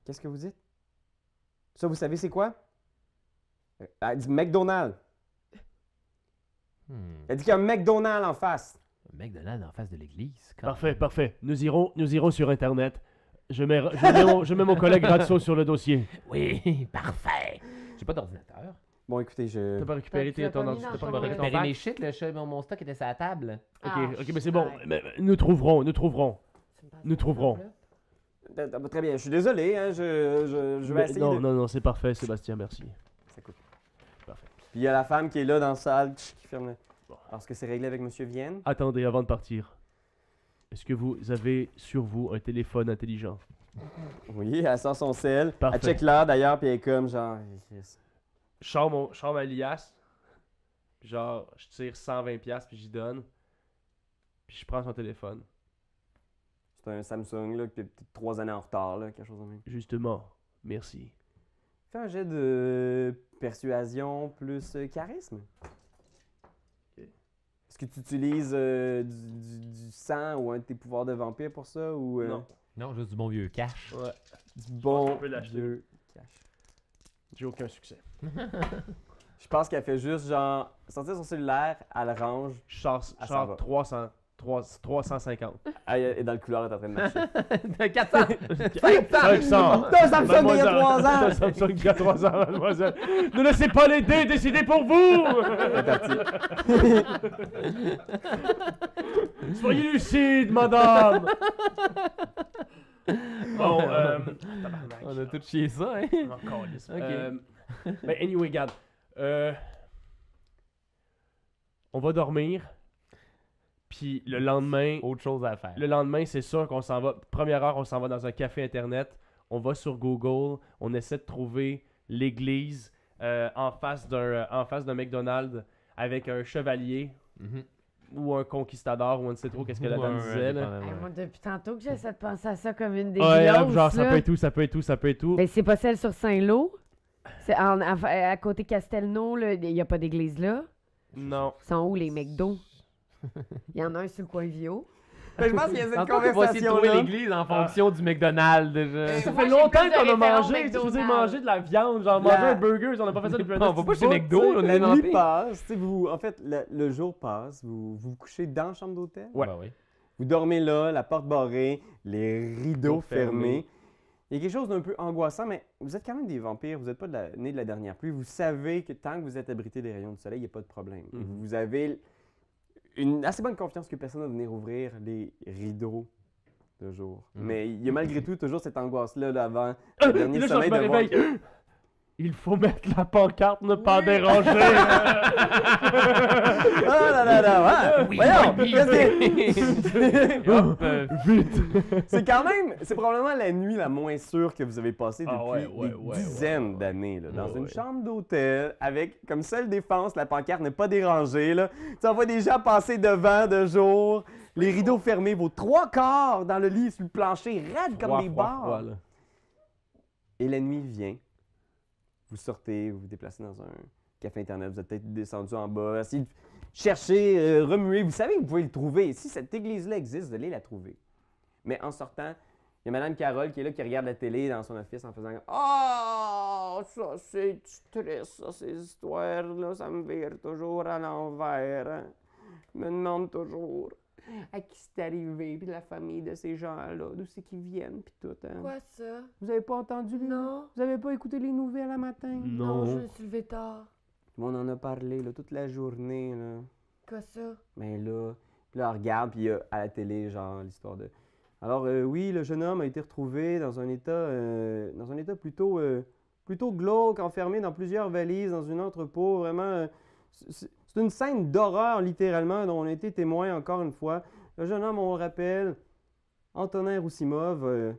A: Qu'est-ce que vous dites? Ça, vous savez, c'est quoi? Euh, Elle dit McDonald's.
C: Hmm.
A: Elle dit qu'il y a un McDonald's en face.
C: McDonald's en face de l'église. quand
B: Parfait,
C: même.
B: parfait. Nous irons, nous irons sur Internet. Je mets, je mets mon, je mets mon collègue Gratso sur le dossier.
C: Oui, parfait. J'ai pas d'ordinateur.
A: Bon, écoutez, je.
E: T'as pas récupéré
K: tu l'as
E: tes- ton
K: pas
E: ordi,
K: mis dans
E: t'as pas
K: ton
E: récupéré
K: ordi.
E: ton
C: Récupérer
E: fax?
C: mes shit, le shit, mon, mon stock était sur la table.
B: Ok,
K: Ah,
B: ok, mais c'est bon.
K: ouais.
B: Mais- mais nous trouverons, nous trouverons.
K: tu me passes
B: Nous
K: ton
B: trouverons.
K: enveloppe, là?
A: Euh, euh, Très bien, je suis désolé, hein, je, je, je vais
B: Mais-
A: essayer.
B: non,
A: de-
B: non, non, c'est parfait, Sébastien, merci.
A: Ça coupe.
B: Parfait.
A: Puis il y a la femme qui est là dans la salle tch, qui ferme le.
B: Bon. Ah.
A: Parce que c'est réglé avec Monsieur Vienne.
B: Attendez, avant de partir, est-ce que vous avez sur vous un téléphone intelligent
A: Oui, elle sort son sel.
B: Parfait.
A: Elle check l'heure d'ailleurs, puis elle est comme genre. Eh, Chris.
E: Je sors mon- je sors ma liasse. puis Genre, je tire 120$ piastres, puis j'y donne. Puis je prends son téléphone.
A: C'est un Samsung, là, puis peut-être trois années en retard, là, quelque chose de même.
B: Justement, merci.
A: Fais un jet de persuasion plus euh, charisme. Est-ce que tu utilises euh, du, du- du sang ou un de tes pouvoirs de vampire pour ça ou euh,
E: Non.
C: Non, juste du bon vieux cash.
E: Ouais,
A: du bon
E: qu'on peut l'acheter.
A: vieux cash?
E: j'ai aucun succès.
A: Je pense qu'elle fait juste genre sortir son cellulaire, elle le range,
E: Je sors, je
A: Ah, ça
E: sors
A: va.
E: 300, 300, 350.
A: elle est dans le couloir, elle est en train de marcher.
C: 400!
B: 500
A: Deux Samsung il y a
B: Mademoiselle.
A: trois ans!
B: Deux Samsung il y a trois ans, mademoiselle. Ne laissez pas les dés décider pour vous
A: C'est parti.
B: Soyez lucide, madame
E: Bon, euh,
C: On a tout chié ça, hein?
B: Oh,
E: encore lisse.
C: Ok.
E: Euh,
B: ben,
E: Mais anyway, regarde. Euh,
B: On va dormir. Puis le lendemain,
C: Autre chose à faire.
B: le lendemain, c'est sûr qu'on s'en va. Première heure, on s'en va dans un café internet. On va sur Google. On essaie de trouver l'église euh, en face d'un euh, en face d'un McDonald's avec un chevalier
C: Mhm.
B: ou un conquistador ou on ne sait trop qu'est-ce que la
C: Ou
B: dame
C: un-
B: disait. là.
C: indépendamment,
D: Hey,
C: ouais.
D: moi, depuis tantôt que j'essaie de penser à ça comme une des
B: Ouais,
D: glorieuses,
B: genre ça
D: là. Ben,
B: peut être tout, ça peut être tout, ça peut être tout.
D: Mais c'est pas celle sur Saint-Lô? C'est en- à, à côté Castelnau, là, il n'y a pas d'église là.
B: Non.
D: Ils sont où les McDo? Il y en a un sur le coin Vio.
A: Ben, je pense qu'il y a cette
C: Tantôt, on va essayer de trouver
A: conversation-là.
C: l'église en fonction du McDonald's. je-
B: Ça
D: Moi,
B: fait
D: j'ai
B: longtemps
D: plus de
B: qu'on a
D: référence
B: mangé, tu sais,
D: McDonald's.
B: manger de la viande, genre
A: La-
B: manger un burger, on n'a pas fait ça depuis un
C: On
B: an.
C: va
B: c'est
C: pas chez
B: bon,
C: McDo,
B: tu sais.
C: là, on est
A: La
C: en
A: nuit
C: paix.
A: passe, tu sais, vous, en fait, le, le jour passe, vous, vous vous couchez dans la chambre d'hôtel,
B: Ouais.
C: Bah oui.
A: vous dormez là, la porte barrée, les rideaux
B: Rideaux fermés.
A: fermés. Il y a quelque chose d'un peu angoissant, mais vous êtes quand même des vampires, vous n'êtes pas de la- nés de la dernière pluie, vous savez que tant que vous êtes abrités des rayons du soleil, il n'y a pas de problème.
B: Mhm.
A: Vous avez une assez bonne confiance que personne ne va venir ouvrir les rideaux de jour.
C: Mhm.
A: Mais il y a malgré tout toujours cette angoisse-là là, avant
B: Ah,
A: le
B: puis
A: dernier
B: là, genre, je
A: sommeil
B: me
A: de voir-
B: réveille. Il faut mettre la pancarte, ne pas
D: Oui.
B: déranger.
A: Ah là là là, ouais. Voyons, qu'est-ce que-
C: Hop, euh,
B: Vite.
A: C'est quand même, c'est probablement la nuit la moins sûre que vous avez passée depuis
B: Ah ouais, ouais,
A: des
B: ouais,
A: dizaines d'années. là, dans
B: Ouais,
A: une
B: ouais.
A: chambre d'hôtel, avec comme seule défense la pancarte n'est pas dérangée. Là. Tu en vois des gens passer devant de jour, les rideaux fermés, vos trois quarts dans le lit, sur le plancher, raides comme
B: Froid,
A: des
B: froid,
A: barres.
B: froid, là.
A: Et la nuit vient. Vous sortez, vous vous déplacez dans un café internet, vous êtes peut-être descendu en bas, essayez de chercher, euh, remuer. Vous savez que vous pouvez le trouver. Si cette église-là existe, vous allez la trouver. Mais en sortant, il y a Madame Carole qui est là, qui regarde la télé dans son office en faisant Ah, ça c'est triste, ça, ces histoires-là, ça me vire toujours à l'envers. hein. Je me demande toujours à qui c'est arrivé, puis la famille de ces gens-là, d'où c'est qu'ils viennent, puis tout. hein.
D: ça?
A: Vous avez pas entendu les
D: Non.
A: vous avez pas écouté les nouvelles à matin?
B: Non.
D: suis levé tard.
A: On en a parlé là, toute la journée. Là.
D: Quoi ça?
A: Mais ben là, puis là, on regarde, puis euh, à la télé, genre, l'histoire de. Alors, euh, oui, le jeune homme a été retrouvé dans un état, euh, dans un état plutôt, euh, plutôt glauque, enfermé dans plusieurs valises, dans une entrepôt. Vraiment, euh, c- c- c'est une scène d'horreur, littéralement, dont on a été témoin encore une fois. Le jeune homme, on le rappelle, Antonin Roussimov, euh,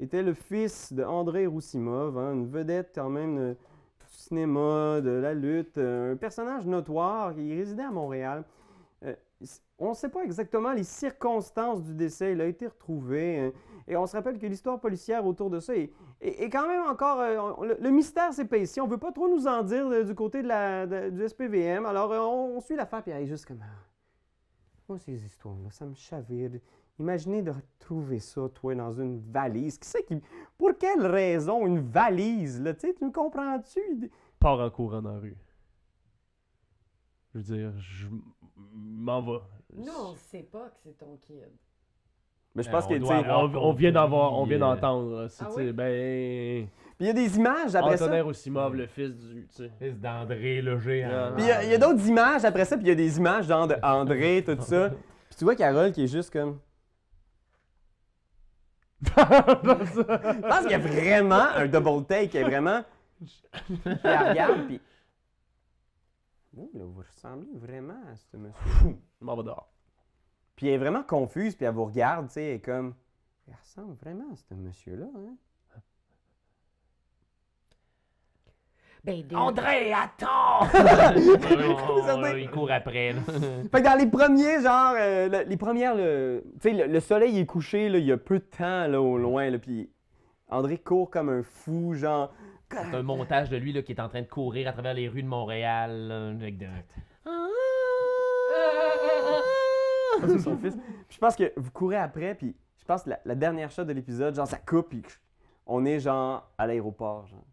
A: était le fils de André Roussimov, hein, une vedette quand même euh, du cinéma, de la lutte, euh, un personnage notoire qui résidait à Montréal. Euh, s- on ne sait pas exactement les circonstances du décès. Il a été retrouvé. euh, et on se rappelle que l'histoire policière autour de ça est, est- est quand même encore. euh, on- le, le mystère s'est ici. On ne veut pas trop nous en dire euh, du côté de la, de- du SPVM. Alors, euh, on, on suit l'affaire, puis elle est juste comme. ah, Moi, ces histoires-là, ça me chavire. Imaginez de retrouver ça, toi, dans une valise. Qui c'est qui. Pour quelle raison une valise, là? Tu sais, tu me comprends-tu?
B: Part en courant dans la rue. Je veux dire, je m- m'en vais.
D: Non, on sait pas que c'est ton kid.
A: Mais je
C: Euh,
A: pense
C: on
A: que, tu
C: doit
A: sais,
C: avoir-
B: On, on vient d'avoir, on vient
C: Euh,
B: d'entendre. là, c'est,
D: ah
B: tu sais,
D: oui?
B: Ben,
A: Puis il y a des images après ça.
B: Antonin Roussimov, le fils du, tu sais.
C: Fils d'André le géant.
A: Puis il y a- il y a, d'autres images après ça, puis il y a des images genre de André, tout ça. Puis tu vois Carole qui est juste comme. Je pense qu'il y a vraiment un double take, qui est vraiment. Puis elle regarde, puis. Vous, là, vous ressemblez vraiment à ce monsieur.
B: Je m'en vais dehors.
A: Puis elle est vraiment confuse, puis elle vous regarde, tu sais, elle est comme. Il ressemble vraiment à ce monsieur-là, hein?
D: Ben, des-
J: André, attends
C: il court après. là.
A: Fait que dans les premiers, genre, euh, le- les premières, le, tu sais, le, le soleil est couché, là, il y a peu de temps, là, au loin, là, puis André court comme un fou, genre,
C: C'est un montage de lui là, qui est en train de courir à travers les rues de Montréal. là, avec de-
D: Euh,
A: comme ça, son fils. Puis je pense que vous courez après, puis je pense que la, la dernière shot de l'épisode, genre, ça coupe, puis on est, genre, à l'aéroport, genre.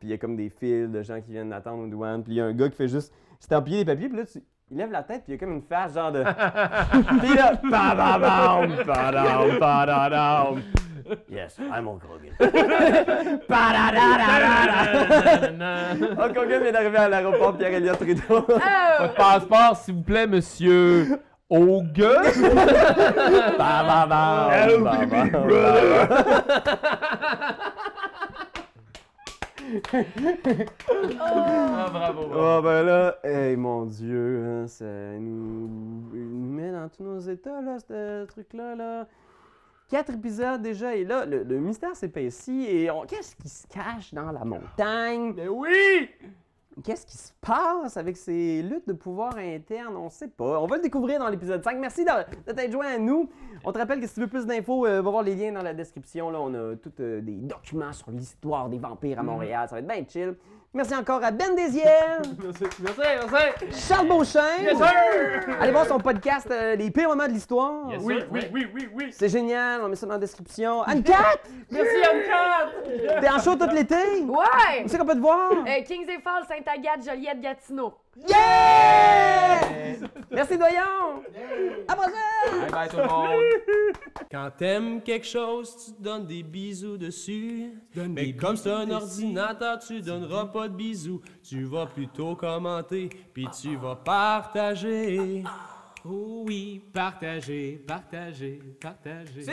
A: Puis il y a comme des fils de gens qui viennent attendre aux douanes, puis il y a un gars qui fait juste estampiller des papiers, puis là, tu- il lève la tête, puis il y a comme une face, genre, de... puis là, pa pa pam pa dam pa da dam. Yes, I'm Hulk Hogan.
C: Ah,
A: Hulk Hogan vient d'arriver à l'aéroport Pierre Elliott Trudeau.
D: Oh!
C: Passeport, s'il vous plaît, monsieur Hogan.
A: Bam, bam, bam, bam, bam,
C: bravo.
A: bam. Oh ben là, hey mon Dieu, hein, ça nous, nous met met dans tous nos états, là, ce truc-là, là. Quatre épisodes déjà, et là, le, le mystère s'épaissit, et on... qu'est-ce qui se cache dans la montagne?
L: Mais oui!
A: Qu'est-ce qui se passe avec ces luttes de pouvoir interne? On sait pas. On va le découvrir dans l'épisode 5. Merci d'a- de t'être joint à nous. On te rappelle que si tu veux plus d'infos, euh, va voir les liens dans la description. Là, on a tous euh, des documents sur l'histoire des vampires à
L: Mm.
A: Montréal. Ça va être bien chill. Merci encore à Ben Désiel,
L: Merci, merci, merci!
A: Charles Beauchamp.
L: Yes, sir!
A: Allez voir son podcast euh, Les pires moments de l'histoire.
C: Yes,
L: Oui,
C: sir.
L: oui, oui, oui, oui!
A: C'est génial, on met ça dans la description. Anne-Cat,
L: Merci, Anne-Cat!
A: t'es en show tout l'été?
D: Ouais!
A: Tu sais qu'on peut te voir?
L: Eh.
D: Euh, Kings et Falls, Sainte-Agathe, Joliette, Gatineau.
A: Yeah!
L: Eh.
A: Merci, Doyon! À prochaine!
M: Bye bye tout le monde.
B: Quand t'aimes quelque chose, tu donnes des bisous dessus. Mais comme c'est un ordinateur, tu donneras pas de bisous. Tu vas plutôt commenter, puis tu vas partager. Oh oui, partager, partager, partager.